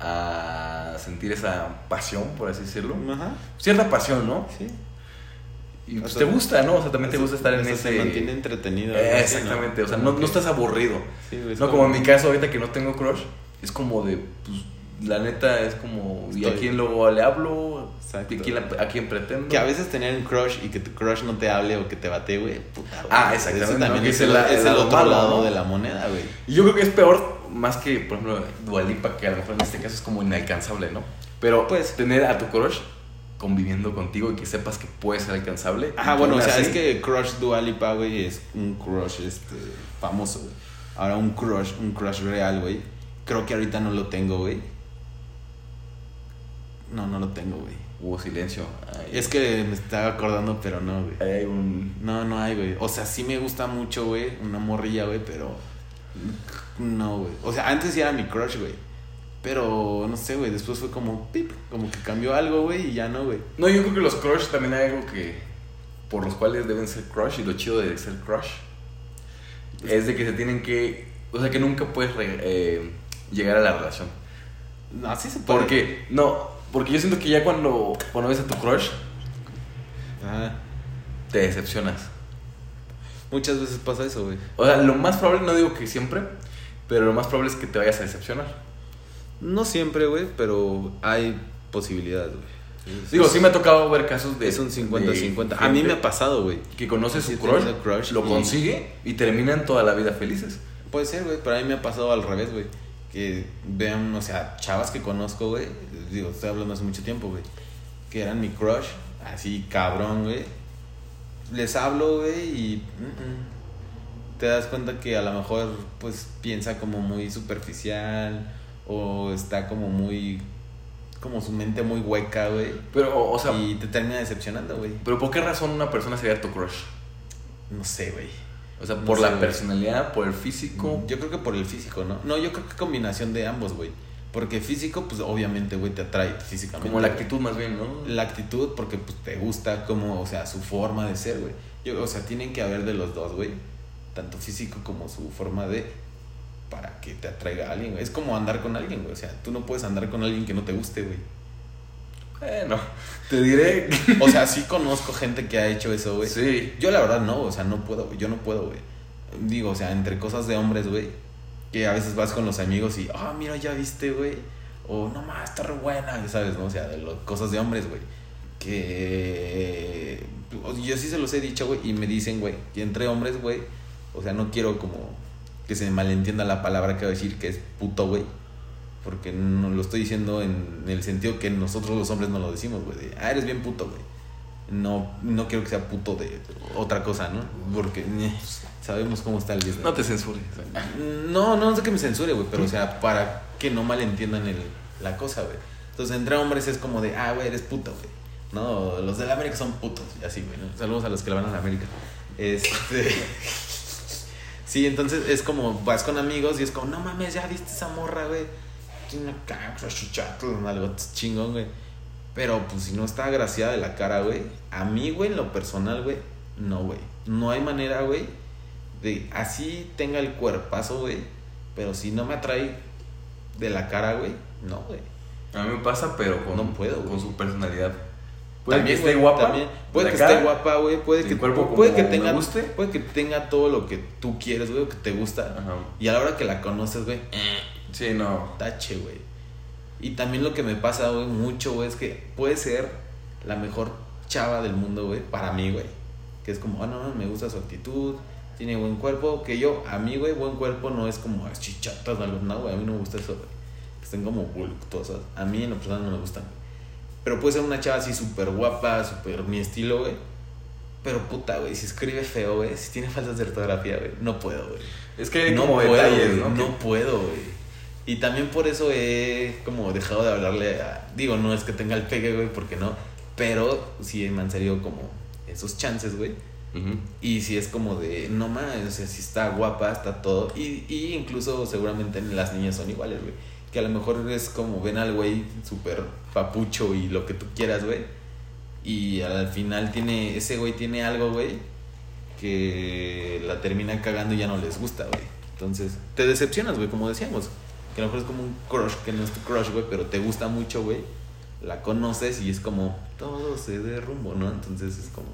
Speaker 2: a sentir esa pasión, por así decirlo.
Speaker 1: Ajá,
Speaker 2: Cierta pasión, ¿no?
Speaker 1: sí.
Speaker 2: Y pues
Speaker 1: O
Speaker 2: te
Speaker 1: sea,
Speaker 2: gusta, ¿no? O sea, también te gusta estar en
Speaker 1: Eso
Speaker 2: ese...
Speaker 1: Se mantiene entretenido.
Speaker 2: Eh,
Speaker 1: ¿no?
Speaker 2: Exactamente, o sea, no, no
Speaker 1: que-
Speaker 2: estás aburrido.
Speaker 1: Sí, güey, es
Speaker 2: no, como en mi caso ahorita que no tengo crush, es como de, pues, la neta es como, ¿y a
Speaker 1: Estoy-
Speaker 2: quién luego le hablo?
Speaker 1: Exacto.
Speaker 2: ¿Y quién la- ¿A quién pretendo?
Speaker 1: Que a veces tener un crush y que tu crush no te hable o que te bate, güey. Puta, güey.
Speaker 2: Ah, exactamente,
Speaker 1: Eso
Speaker 2: ¿no?
Speaker 1: también
Speaker 2: Que
Speaker 1: es
Speaker 2: es
Speaker 1: el,
Speaker 2: el la-
Speaker 1: es
Speaker 2: el
Speaker 1: el
Speaker 2: lado
Speaker 1: otro
Speaker 2: malo,
Speaker 1: lado
Speaker 2: ¿no?
Speaker 1: de la moneda, güey.
Speaker 2: Y yo creo que es peor, más que, por ejemplo, Dualipa, que a lo mejor en este caso es como inalcanzable, ¿no? Pero
Speaker 1: Pues-
Speaker 2: tener a tu crush conviviendo contigo y que sepas que puede ser alcanzable.
Speaker 1: Ajá,
Speaker 2: y
Speaker 1: bueno, o
Speaker 2: aún
Speaker 1: sea,
Speaker 2: así-
Speaker 1: es que crush Dualipa, güey, es un crush este, famoso, güey. Ahora un crush, un crush real, güey. Creo que ahorita no lo tengo, güey. No, no lo tengo, güey.
Speaker 2: Hubo silencio. Ay,
Speaker 1: Es que me estaba acordando, pero no, güey.
Speaker 2: ahí hay un...
Speaker 1: No, no hay, güey. O sea, sí me gusta mucho, güey. Una morrilla, güey, pero. No, güey. O sea, antes sí era mi crush, güey. Pero no sé, güey. Después fue como pip. Como que cambió algo, güey, y ya no, güey.
Speaker 2: No, yo creo que los crush también hay algo que. por los cuales deben ser crush y lo chido de ser crush es de que se tienen que. O sea, que nunca puedes re- eh, llegar a la relación.
Speaker 1: No, así se puede.
Speaker 2: Porque, no, porque yo siento que ya cuando, cuando ves a tu crush,
Speaker 1: Ajá.
Speaker 2: te decepcionas.
Speaker 1: Muchas veces pasa eso, güey.
Speaker 2: O sea, lo más probable, no digo que siempre, pero lo más probable es que te vayas a decepcionar.
Speaker 1: No siempre, güey, pero hay posibilidad, güey.
Speaker 2: Digo, sí me ha tocado ver casos de.
Speaker 1: Es un
Speaker 2: de
Speaker 1: 50-50. A mí
Speaker 2: gente
Speaker 1: me ha pasado, güey.
Speaker 2: Que conoce
Speaker 1: Sí,
Speaker 2: su
Speaker 1: he
Speaker 2: crush,
Speaker 1: tenido crush
Speaker 2: lo
Speaker 1: y-
Speaker 2: consigue y terminan toda la vida felices.
Speaker 1: Puede ser, güey, pero a mí me ha pasado al revés, güey. Que vean, o sea, chavas que conozco, güey. Digo, estoy hablando hace mucho tiempo, güey. Que eran mi crush, así cabrón, güey. Les hablo, güey, y mm, mm. te das cuenta que a lo mejor, pues, piensa como muy superficial o está como muy, como su mente muy hueca, güey.
Speaker 2: Pero, o, o sea.
Speaker 1: y te termina decepcionando, güey.
Speaker 2: Pero ¿por qué razón una persona sería tu crush?
Speaker 1: No sé, güey.
Speaker 2: O sea,
Speaker 1: No
Speaker 2: por
Speaker 1: sé,
Speaker 2: la
Speaker 1: güey.
Speaker 2: personalidad, por el físico.
Speaker 1: Yo creo que por el físico, ¿no? No, yo creo que combinación de ambos, güey. Porque físico, pues obviamente, güey, te atrae físicamente.
Speaker 2: como la
Speaker 1: güey.
Speaker 2: actitud más bien, ¿no?
Speaker 1: La actitud, porque pues te gusta como, o sea, su forma de ser, güey. Yo- O sea, tienen que haber de los dos, güey. Tanto físico como su forma de... Para que te atraiga a alguien, güey. Es como andar con alguien, güey. O sea, tú no puedes andar con alguien que no te guste, güey.
Speaker 2: Bueno, Eh, te diré.
Speaker 1: O sea, <laughs> sí conozco gente que ha hecho eso, güey.
Speaker 2: Sí.
Speaker 1: Yo la verdad no, o sea, no puedo, güey, yo no puedo, güey. Digo, o sea, entre cosas de hombres, güey, que a veces vas con los amigos y, ah, mira, ya viste, güey. O, no más, está re buena, ya ¿sabes? ¿no? O sea, de lo- cosas de hombres, güey. Que o sea, yo sí se los he dicho, güey, y me dicen, güey, que entre hombres, güey, o sea, no quiero como que se malentienda la palabra que voy a decir que es puto, güey. Porque no lo estoy diciendo en el sentido que nosotros los hombres no lo decimos, güey. de, ah, eres bien puto, güey. no, no quiero que sea puto de otra cosa, ¿no? Porque <laughs> ñe, sabemos cómo está el business.
Speaker 2: No te censures.
Speaker 1: No, no, no sé que me censure, güey, pero o sea, para que no malentiendan el, la cosa, güey. Entonces, entre hombres es como de, ah, güey, eres puto, güey. No, los de la América son putos, y así, güey. ¿no? Saludos a los que le van a la América. Este. <laughs> sí, entonces es como, vas con amigos y es como, no mames, ya viste esa morra, güey. Tiene una cara, su chato, algo chingón, güey. Pero pues si no está agraciada de la cara, güey. A mí, güey, en lo personal, güey, no, güey. No hay manera, güey, de así tenga el cuerpazo, güey. Pero si no me atrae de la cara, güey, no, güey.
Speaker 2: A mí me pasa, pero con,
Speaker 1: No puedo,
Speaker 2: con
Speaker 1: güey.
Speaker 2: su personalidad. Puede
Speaker 1: También,
Speaker 2: que esté
Speaker 1: güey,
Speaker 2: guapa.
Speaker 1: también. puede
Speaker 2: la
Speaker 1: que
Speaker 2: cara,
Speaker 1: esté guapa, güey. Puede
Speaker 2: el
Speaker 1: que,
Speaker 2: cuerpo como
Speaker 1: puede que
Speaker 2: me
Speaker 1: tenga,
Speaker 2: guste.
Speaker 1: puede que tenga todo lo que tú quieres, güey, o que te gusta.
Speaker 2: Ajá.
Speaker 1: Y a la hora que la conoces, güey, eh,
Speaker 2: Sí, no.
Speaker 1: tache, güey. Y también lo que me pasa, güey, mucho, güey, es que puede ser la mejor chava del mundo, güey, para mí, güey. Que es como, ah, no, no, me gusta su actitud, tiene buen cuerpo. Que yo, a mí, güey, buen cuerpo no es como "Ah, chichatas, algo, no, güey, a mí no me gusta eso, güey. Que estén como voluptuosas. A mí en lo personal no me gustan. güey. Pero puede ser una chava así súper guapa, súper mi estilo, güey. Pero puta, güey, si escribe feo, güey, si tiene faltas de ortografía, güey, no puedo, güey
Speaker 2: Es que hay
Speaker 1: no
Speaker 2: como
Speaker 1: puedo,
Speaker 2: detalles,
Speaker 1: güey,
Speaker 2: ¿no?
Speaker 1: No puedo, güey. Y también por eso he como dejado de hablarle a... Digo, no es que tenga el pegue, güey, porque no. Pero sí me han salido como esos chances, güey.
Speaker 2: Ujú.
Speaker 1: Y si es como de, no mames, o sea, si está guapa, está todo. Y, y incluso seguramente en las niñas son iguales, güey. Que a lo mejor es como ven al güey súper papucho y lo que tú quieras, güey. Y al final tiene, ese güey tiene algo, güey, que la termina cagando y ya no les gusta, güey. Entonces, te decepcionas, güey, como decíamos. Que a lo mejor es como un crush, que no es tu crush, güey, pero te gusta mucho, güey. La conoces y es como, todo se derrumbo, ¿no? Entonces es como,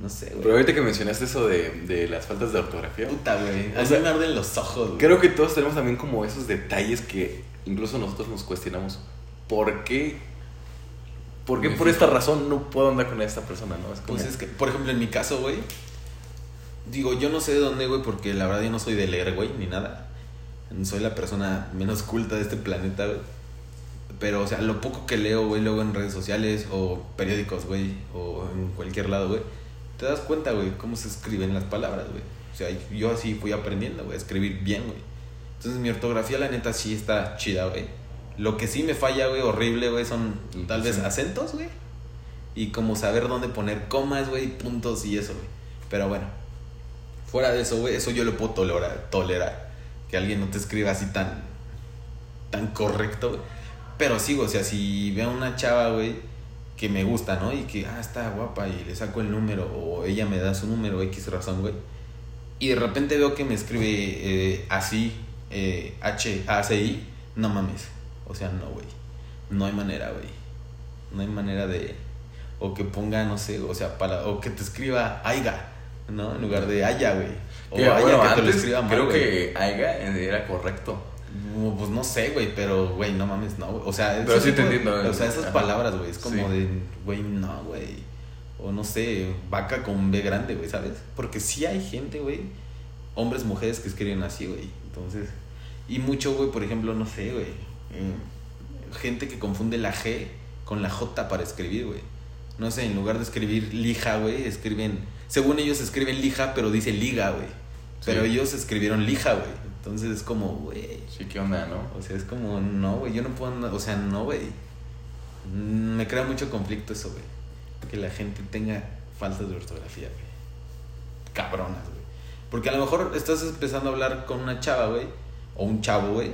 Speaker 1: no sé, güey.
Speaker 2: Pero ahorita que mencionaste eso de, de las faltas de ortografía,
Speaker 1: Puta, güey.
Speaker 2: O
Speaker 1: A mí
Speaker 2: sea,
Speaker 1: me arden los ojos, güey.
Speaker 2: creo que todos tenemos también como esos detalles que incluso nosotros nos cuestionamos. ¿Por qué? ¿Por qué
Speaker 1: Me
Speaker 2: por esta razón no puedo andar con esta persona, no? Es como-
Speaker 1: Pues es que, por ejemplo, en mi caso, güey. Digo, yo no sé de dónde, güey, porque la verdad yo no soy de leer, güey, ni nada. Soy la persona menos culta de este planeta, güey. Pero, o sea, lo poco que leo, güey, luego en redes sociales o periódicos, güey, o en cualquier lado, güey, te das cuenta, güey, cómo se escriben las palabras, güey. O sea, yo así fui aprendiendo, güey, a escribir bien, güey. Entonces, mi ortografía, la neta, sí está chida, güey. Lo que sí me falla, güey, horrible, güey, son tal vez
Speaker 2: Sí.
Speaker 1: acentos, güey. Y como saber dónde poner comas, güey, puntos y eso, güey. Pero bueno, fuera de eso, güey, eso yo lo puedo tolerar, tolerar. Que alguien no te escriba así tan, tan correcto, güey. Pero sí, güey, o sea, si veo a una chava, güey, que me gusta, ¿no? Y que, ah, está guapa y le saco el número o ella me da su número, X razón, güey. Y de repente veo que me escribe eh, así, eh, H, A, C, I, no mames. O sea, no, güey. No hay manera, güey. No hay manera de... O que ponga, no sé, o sea, para, o que te escriba Aiga, ¿no? En lugar de Aya, güey. O
Speaker 2: Que, bueno,
Speaker 1: que te lo
Speaker 2: "Oh, antes
Speaker 1: escriba mal,
Speaker 2: creo
Speaker 1: güey.
Speaker 2: que Aiga eh, era correcto.
Speaker 1: No, Pues no sé, güey, pero, güey, no mames, no. güey. O sea,
Speaker 2: Pero
Speaker 1: ese
Speaker 2: sí
Speaker 1: tipo
Speaker 2: te
Speaker 1: de-
Speaker 2: entiendo, eh,
Speaker 1: O sea, esas
Speaker 2: ajá.
Speaker 1: palabras, güey, es como
Speaker 2: Sí.
Speaker 1: de, güey, no, güey. O no sé, vaca con B grande, güey, ¿sabes? Porque sí hay gente, güey, hombres, mujeres que escriben así, güey. Entonces, y mucho, güey, por ejemplo, no sé, güey. mm, Gente que confunde la G con la J para escribir, güey. No sé, en lugar de escribir lija, güey, escriben. Según ellos escriben lija, pero dice liga, güey. Pero
Speaker 2: Sí.
Speaker 1: ellos escribieron lija, güey. Entonces es como, güey.
Speaker 2: Sí, ¿qué onda, no?
Speaker 1: O sea, es como, no, güey, yo no puedo andar- o sea, no, güey. Mm, Me crea mucho conflicto eso, güey. Que la gente tenga faltas de ortografía, güey. Cabronas, güey. Porque a lo mejor estás empezando a hablar con una chava, güey, o un chavo, güey,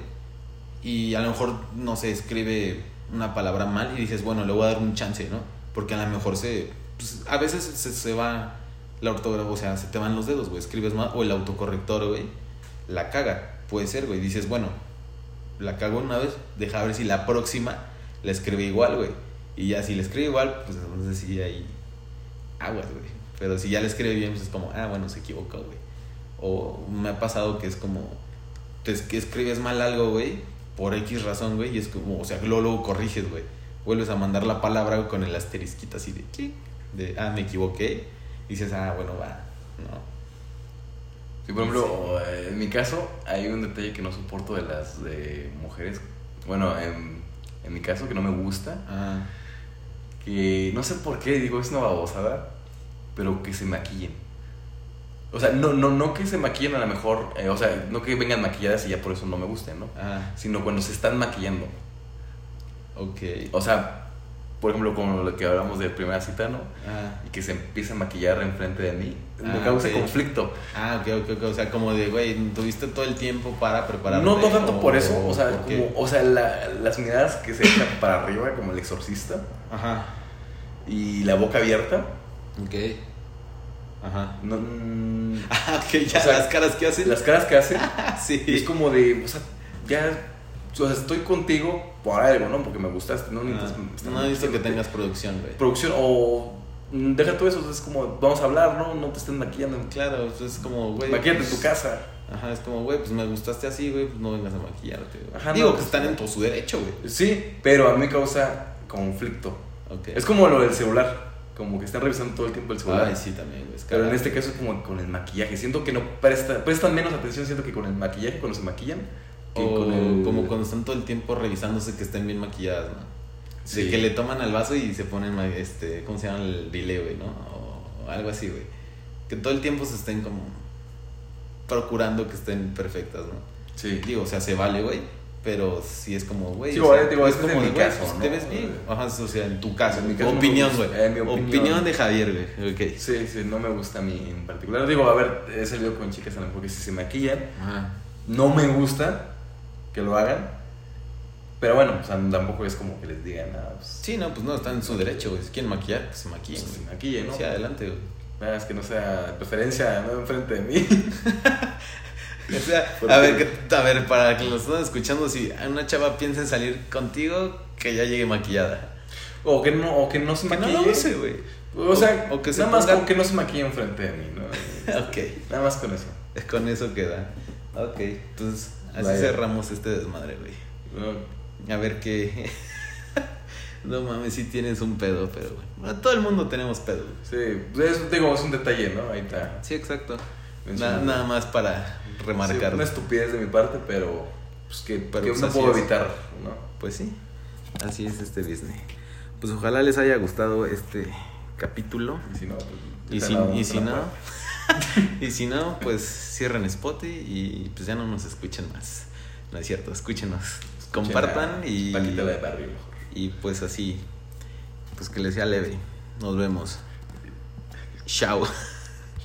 Speaker 1: y a lo mejor no se escribe una palabra mal y dices, bueno, le voy a dar un chance, ¿no? Porque a lo mejor se. pues, a veces se, se va la ortografía, o sea, se te van los dedos, güey, escribes mal, o el autocorrector, güey, la caga, puede ser, güey, dices, bueno, la cago una vez, deja ver si la próxima la escribe igual, güey. Y ya si la escribe igual, pues entonces sí ahí aguas, güey. Pero si ya la escribe bien, pues es como, ah, bueno, se equivocó, güey. O me ha pasado que es como, te es- que escribes mal algo, güey, por X razón, güey, y es como, o sea, luego, luego corriges, güey. Vuelves a mandar la palabra güey, con el asterisquito así de, clic, de, ah, me equivoqué. Y dices, ah, bueno, va, no.
Speaker 2: Sí, por ejemplo, eh, en mi caso hay un detalle que no soporto de las de mujeres. Bueno, en, en mi caso que no me gusta
Speaker 1: Ah,
Speaker 2: que no sé por qué, digo, es una babosada, pero que se maquillen. O sea, no, no, no que se maquillen a lo mejor, eh, o sea, no que vengan maquilladas y ya por eso no me gusten, ¿no?
Speaker 1: Ah,
Speaker 2: Sino cuando se están maquillando.
Speaker 1: ok.
Speaker 2: O sea, por ejemplo, como lo que hablamos de primera cita, ¿no?
Speaker 1: Ah,
Speaker 2: Y que se empieza a maquillar enfrente de mí, me
Speaker 1: Ah,
Speaker 2: causa
Speaker 1: ok.
Speaker 2: conflicto.
Speaker 1: ah, ok, ok, ok. O sea, como de, güey, tuviste todo el tiempo para prepararte.
Speaker 2: No, no tanto
Speaker 1: o-
Speaker 2: por eso, o sea,
Speaker 1: ¿por qué?
Speaker 2: como, o sea la- las miradas que se echan para arriba, como el exorcista,
Speaker 1: Ajá,
Speaker 2: y la boca abierta.
Speaker 1: ok. Ajá.
Speaker 2: No, mm,
Speaker 1: Ah, ok, ya
Speaker 2: O sea,
Speaker 1: las caras que hacen.
Speaker 2: las caras que Ah, hace,
Speaker 1: Sí.
Speaker 2: es como de, o sea, ya o sea, estoy contigo por algo, ¿no? Porque me gustaste, no
Speaker 1: Ah,
Speaker 2: necesitas.
Speaker 1: no he visto que tengas producción, güey.
Speaker 2: Producción, o mm, deja todo eso, o sea, es como, vamos a hablar, ¿no? No te estén maquillando.
Speaker 1: Claro, pues, es como, güey.
Speaker 2: Maquillate en
Speaker 1: pues,
Speaker 2: tu casa.
Speaker 1: Ajá, es como, güey, pues me gustaste así, güey, pues no vengas a maquillarte, güey.
Speaker 2: Ajá,
Speaker 1: Digo
Speaker 2: no,
Speaker 1: que
Speaker 2: pues,
Speaker 1: están
Speaker 2: no.
Speaker 1: en todo su derecho, güey.
Speaker 2: Sí, pero a mí me causa conflicto.
Speaker 1: Ok.
Speaker 2: Es como lo del celular, como que están revisando todo el tiempo el celular.
Speaker 1: Ay, sí, también, güey. es
Speaker 2: Pero en
Speaker 1: cagado.
Speaker 2: este caso es como con el maquillaje. Siento que no presta, prestan menos atención, siento que con el maquillaje, cuando se maquillan, que
Speaker 1: O
Speaker 2: con el-
Speaker 1: como cuando están todo el tiempo revisándose que estén bien maquilladas, ¿no?
Speaker 2: Sí.
Speaker 1: De que le toman al vaso y se ponen, ma- este, ¿cómo se llama? El delay, güey, ¿no? O algo así, güey. Que todo el tiempo se estén como procurando que estén perfectas, ¿no?
Speaker 2: Sí.
Speaker 1: Digo, o sea, se vale, güey. Pero sí es como, güey.
Speaker 2: Sí,
Speaker 1: o sea,
Speaker 2: vale, digo,
Speaker 1: es
Speaker 2: este es
Speaker 1: como de,
Speaker 2: en mi
Speaker 1: güey,
Speaker 2: caso,
Speaker 1: pues,
Speaker 2: ¿no?
Speaker 1: Te
Speaker 2: Eh,
Speaker 1: ves bien. Ajá, o sea, en tu caso.
Speaker 2: En mi caso no me
Speaker 1: opinión,
Speaker 2: gusta.
Speaker 1: güey.
Speaker 2: Eh, mi opinión.
Speaker 1: opinión de Javier, güey. Ok.
Speaker 2: Sí, sí, no me gusta a mí en particular. Digo, a ver, he salido con chicas a lo mejor que sí se maquillan.
Speaker 1: Ajá.
Speaker 2: No me gusta que lo hagan. Pero bueno, o sea, tampoco es como que les digan, ah, pues,
Speaker 1: Sí, no, pues no, están en su derecho, güey. Si quieren maquillar, pues se
Speaker 2: pues,
Speaker 1: maquillan,
Speaker 2: se
Speaker 1: güey.
Speaker 2: maquillen, ¿no?
Speaker 1: Sí, adelante, güey.
Speaker 2: Nada más que no sea de preferencia, no enfrente de mí. <laughs>
Speaker 1: O sea,
Speaker 2: ¿Por
Speaker 1: a
Speaker 2: qué?
Speaker 1: ver, que- a ver, para que los estén escuchando, si una chava piensa en salir contigo, que ya llegue maquillada.
Speaker 2: O que no, o que no se
Speaker 1: Que no
Speaker 2: maquille.
Speaker 1: lo use, güey.
Speaker 2: O sea,
Speaker 1: O- o que se
Speaker 2: nada más
Speaker 1: ponga-
Speaker 2: con que no se maquille enfrente de mí, ¿no?
Speaker 1: <laughs>
Speaker 2: <laughs>
Speaker 1: ok,
Speaker 2: Nada más con eso.
Speaker 1: con eso queda. Ok, entonces así
Speaker 2: Vaya.
Speaker 1: cerramos este desmadre, güey.
Speaker 2: No,
Speaker 1: A ver qué. <laughs> no mames, sí tienes un pedo, pero bueno. Bueno, todo el mundo tenemos pedo. güey.
Speaker 2: Sí, pues es, digo, es un detalle, ¿no? Ahí está.
Speaker 1: Sí, exacto. pues, Na-
Speaker 2: Mencionando.
Speaker 1: nada más para
Speaker 2: Sí,
Speaker 1: remarcar.
Speaker 2: una estupidez de mi parte, pero pues que,
Speaker 1: Pero,
Speaker 2: que
Speaker 1: pues,
Speaker 2: no
Speaker 1: así
Speaker 2: puedo
Speaker 1: es.
Speaker 2: evitar, ¿no?
Speaker 1: Pues sí, así es este Disney. Pues ojalá les haya gustado este capítulo.
Speaker 2: Y si no, pues,
Speaker 1: Y
Speaker 2: te
Speaker 1: si,
Speaker 2: la vamos
Speaker 1: y
Speaker 2: a
Speaker 1: si
Speaker 2: la
Speaker 1: no, <laughs> y si no, pues cierren Spotify y pues ya no nos escuchen más. No es cierto, escúchenos. Compartan y,
Speaker 2: Paquita la de barrio mejor.
Speaker 1: y pues así, pues que les sea leve. Nos vemos. Chao.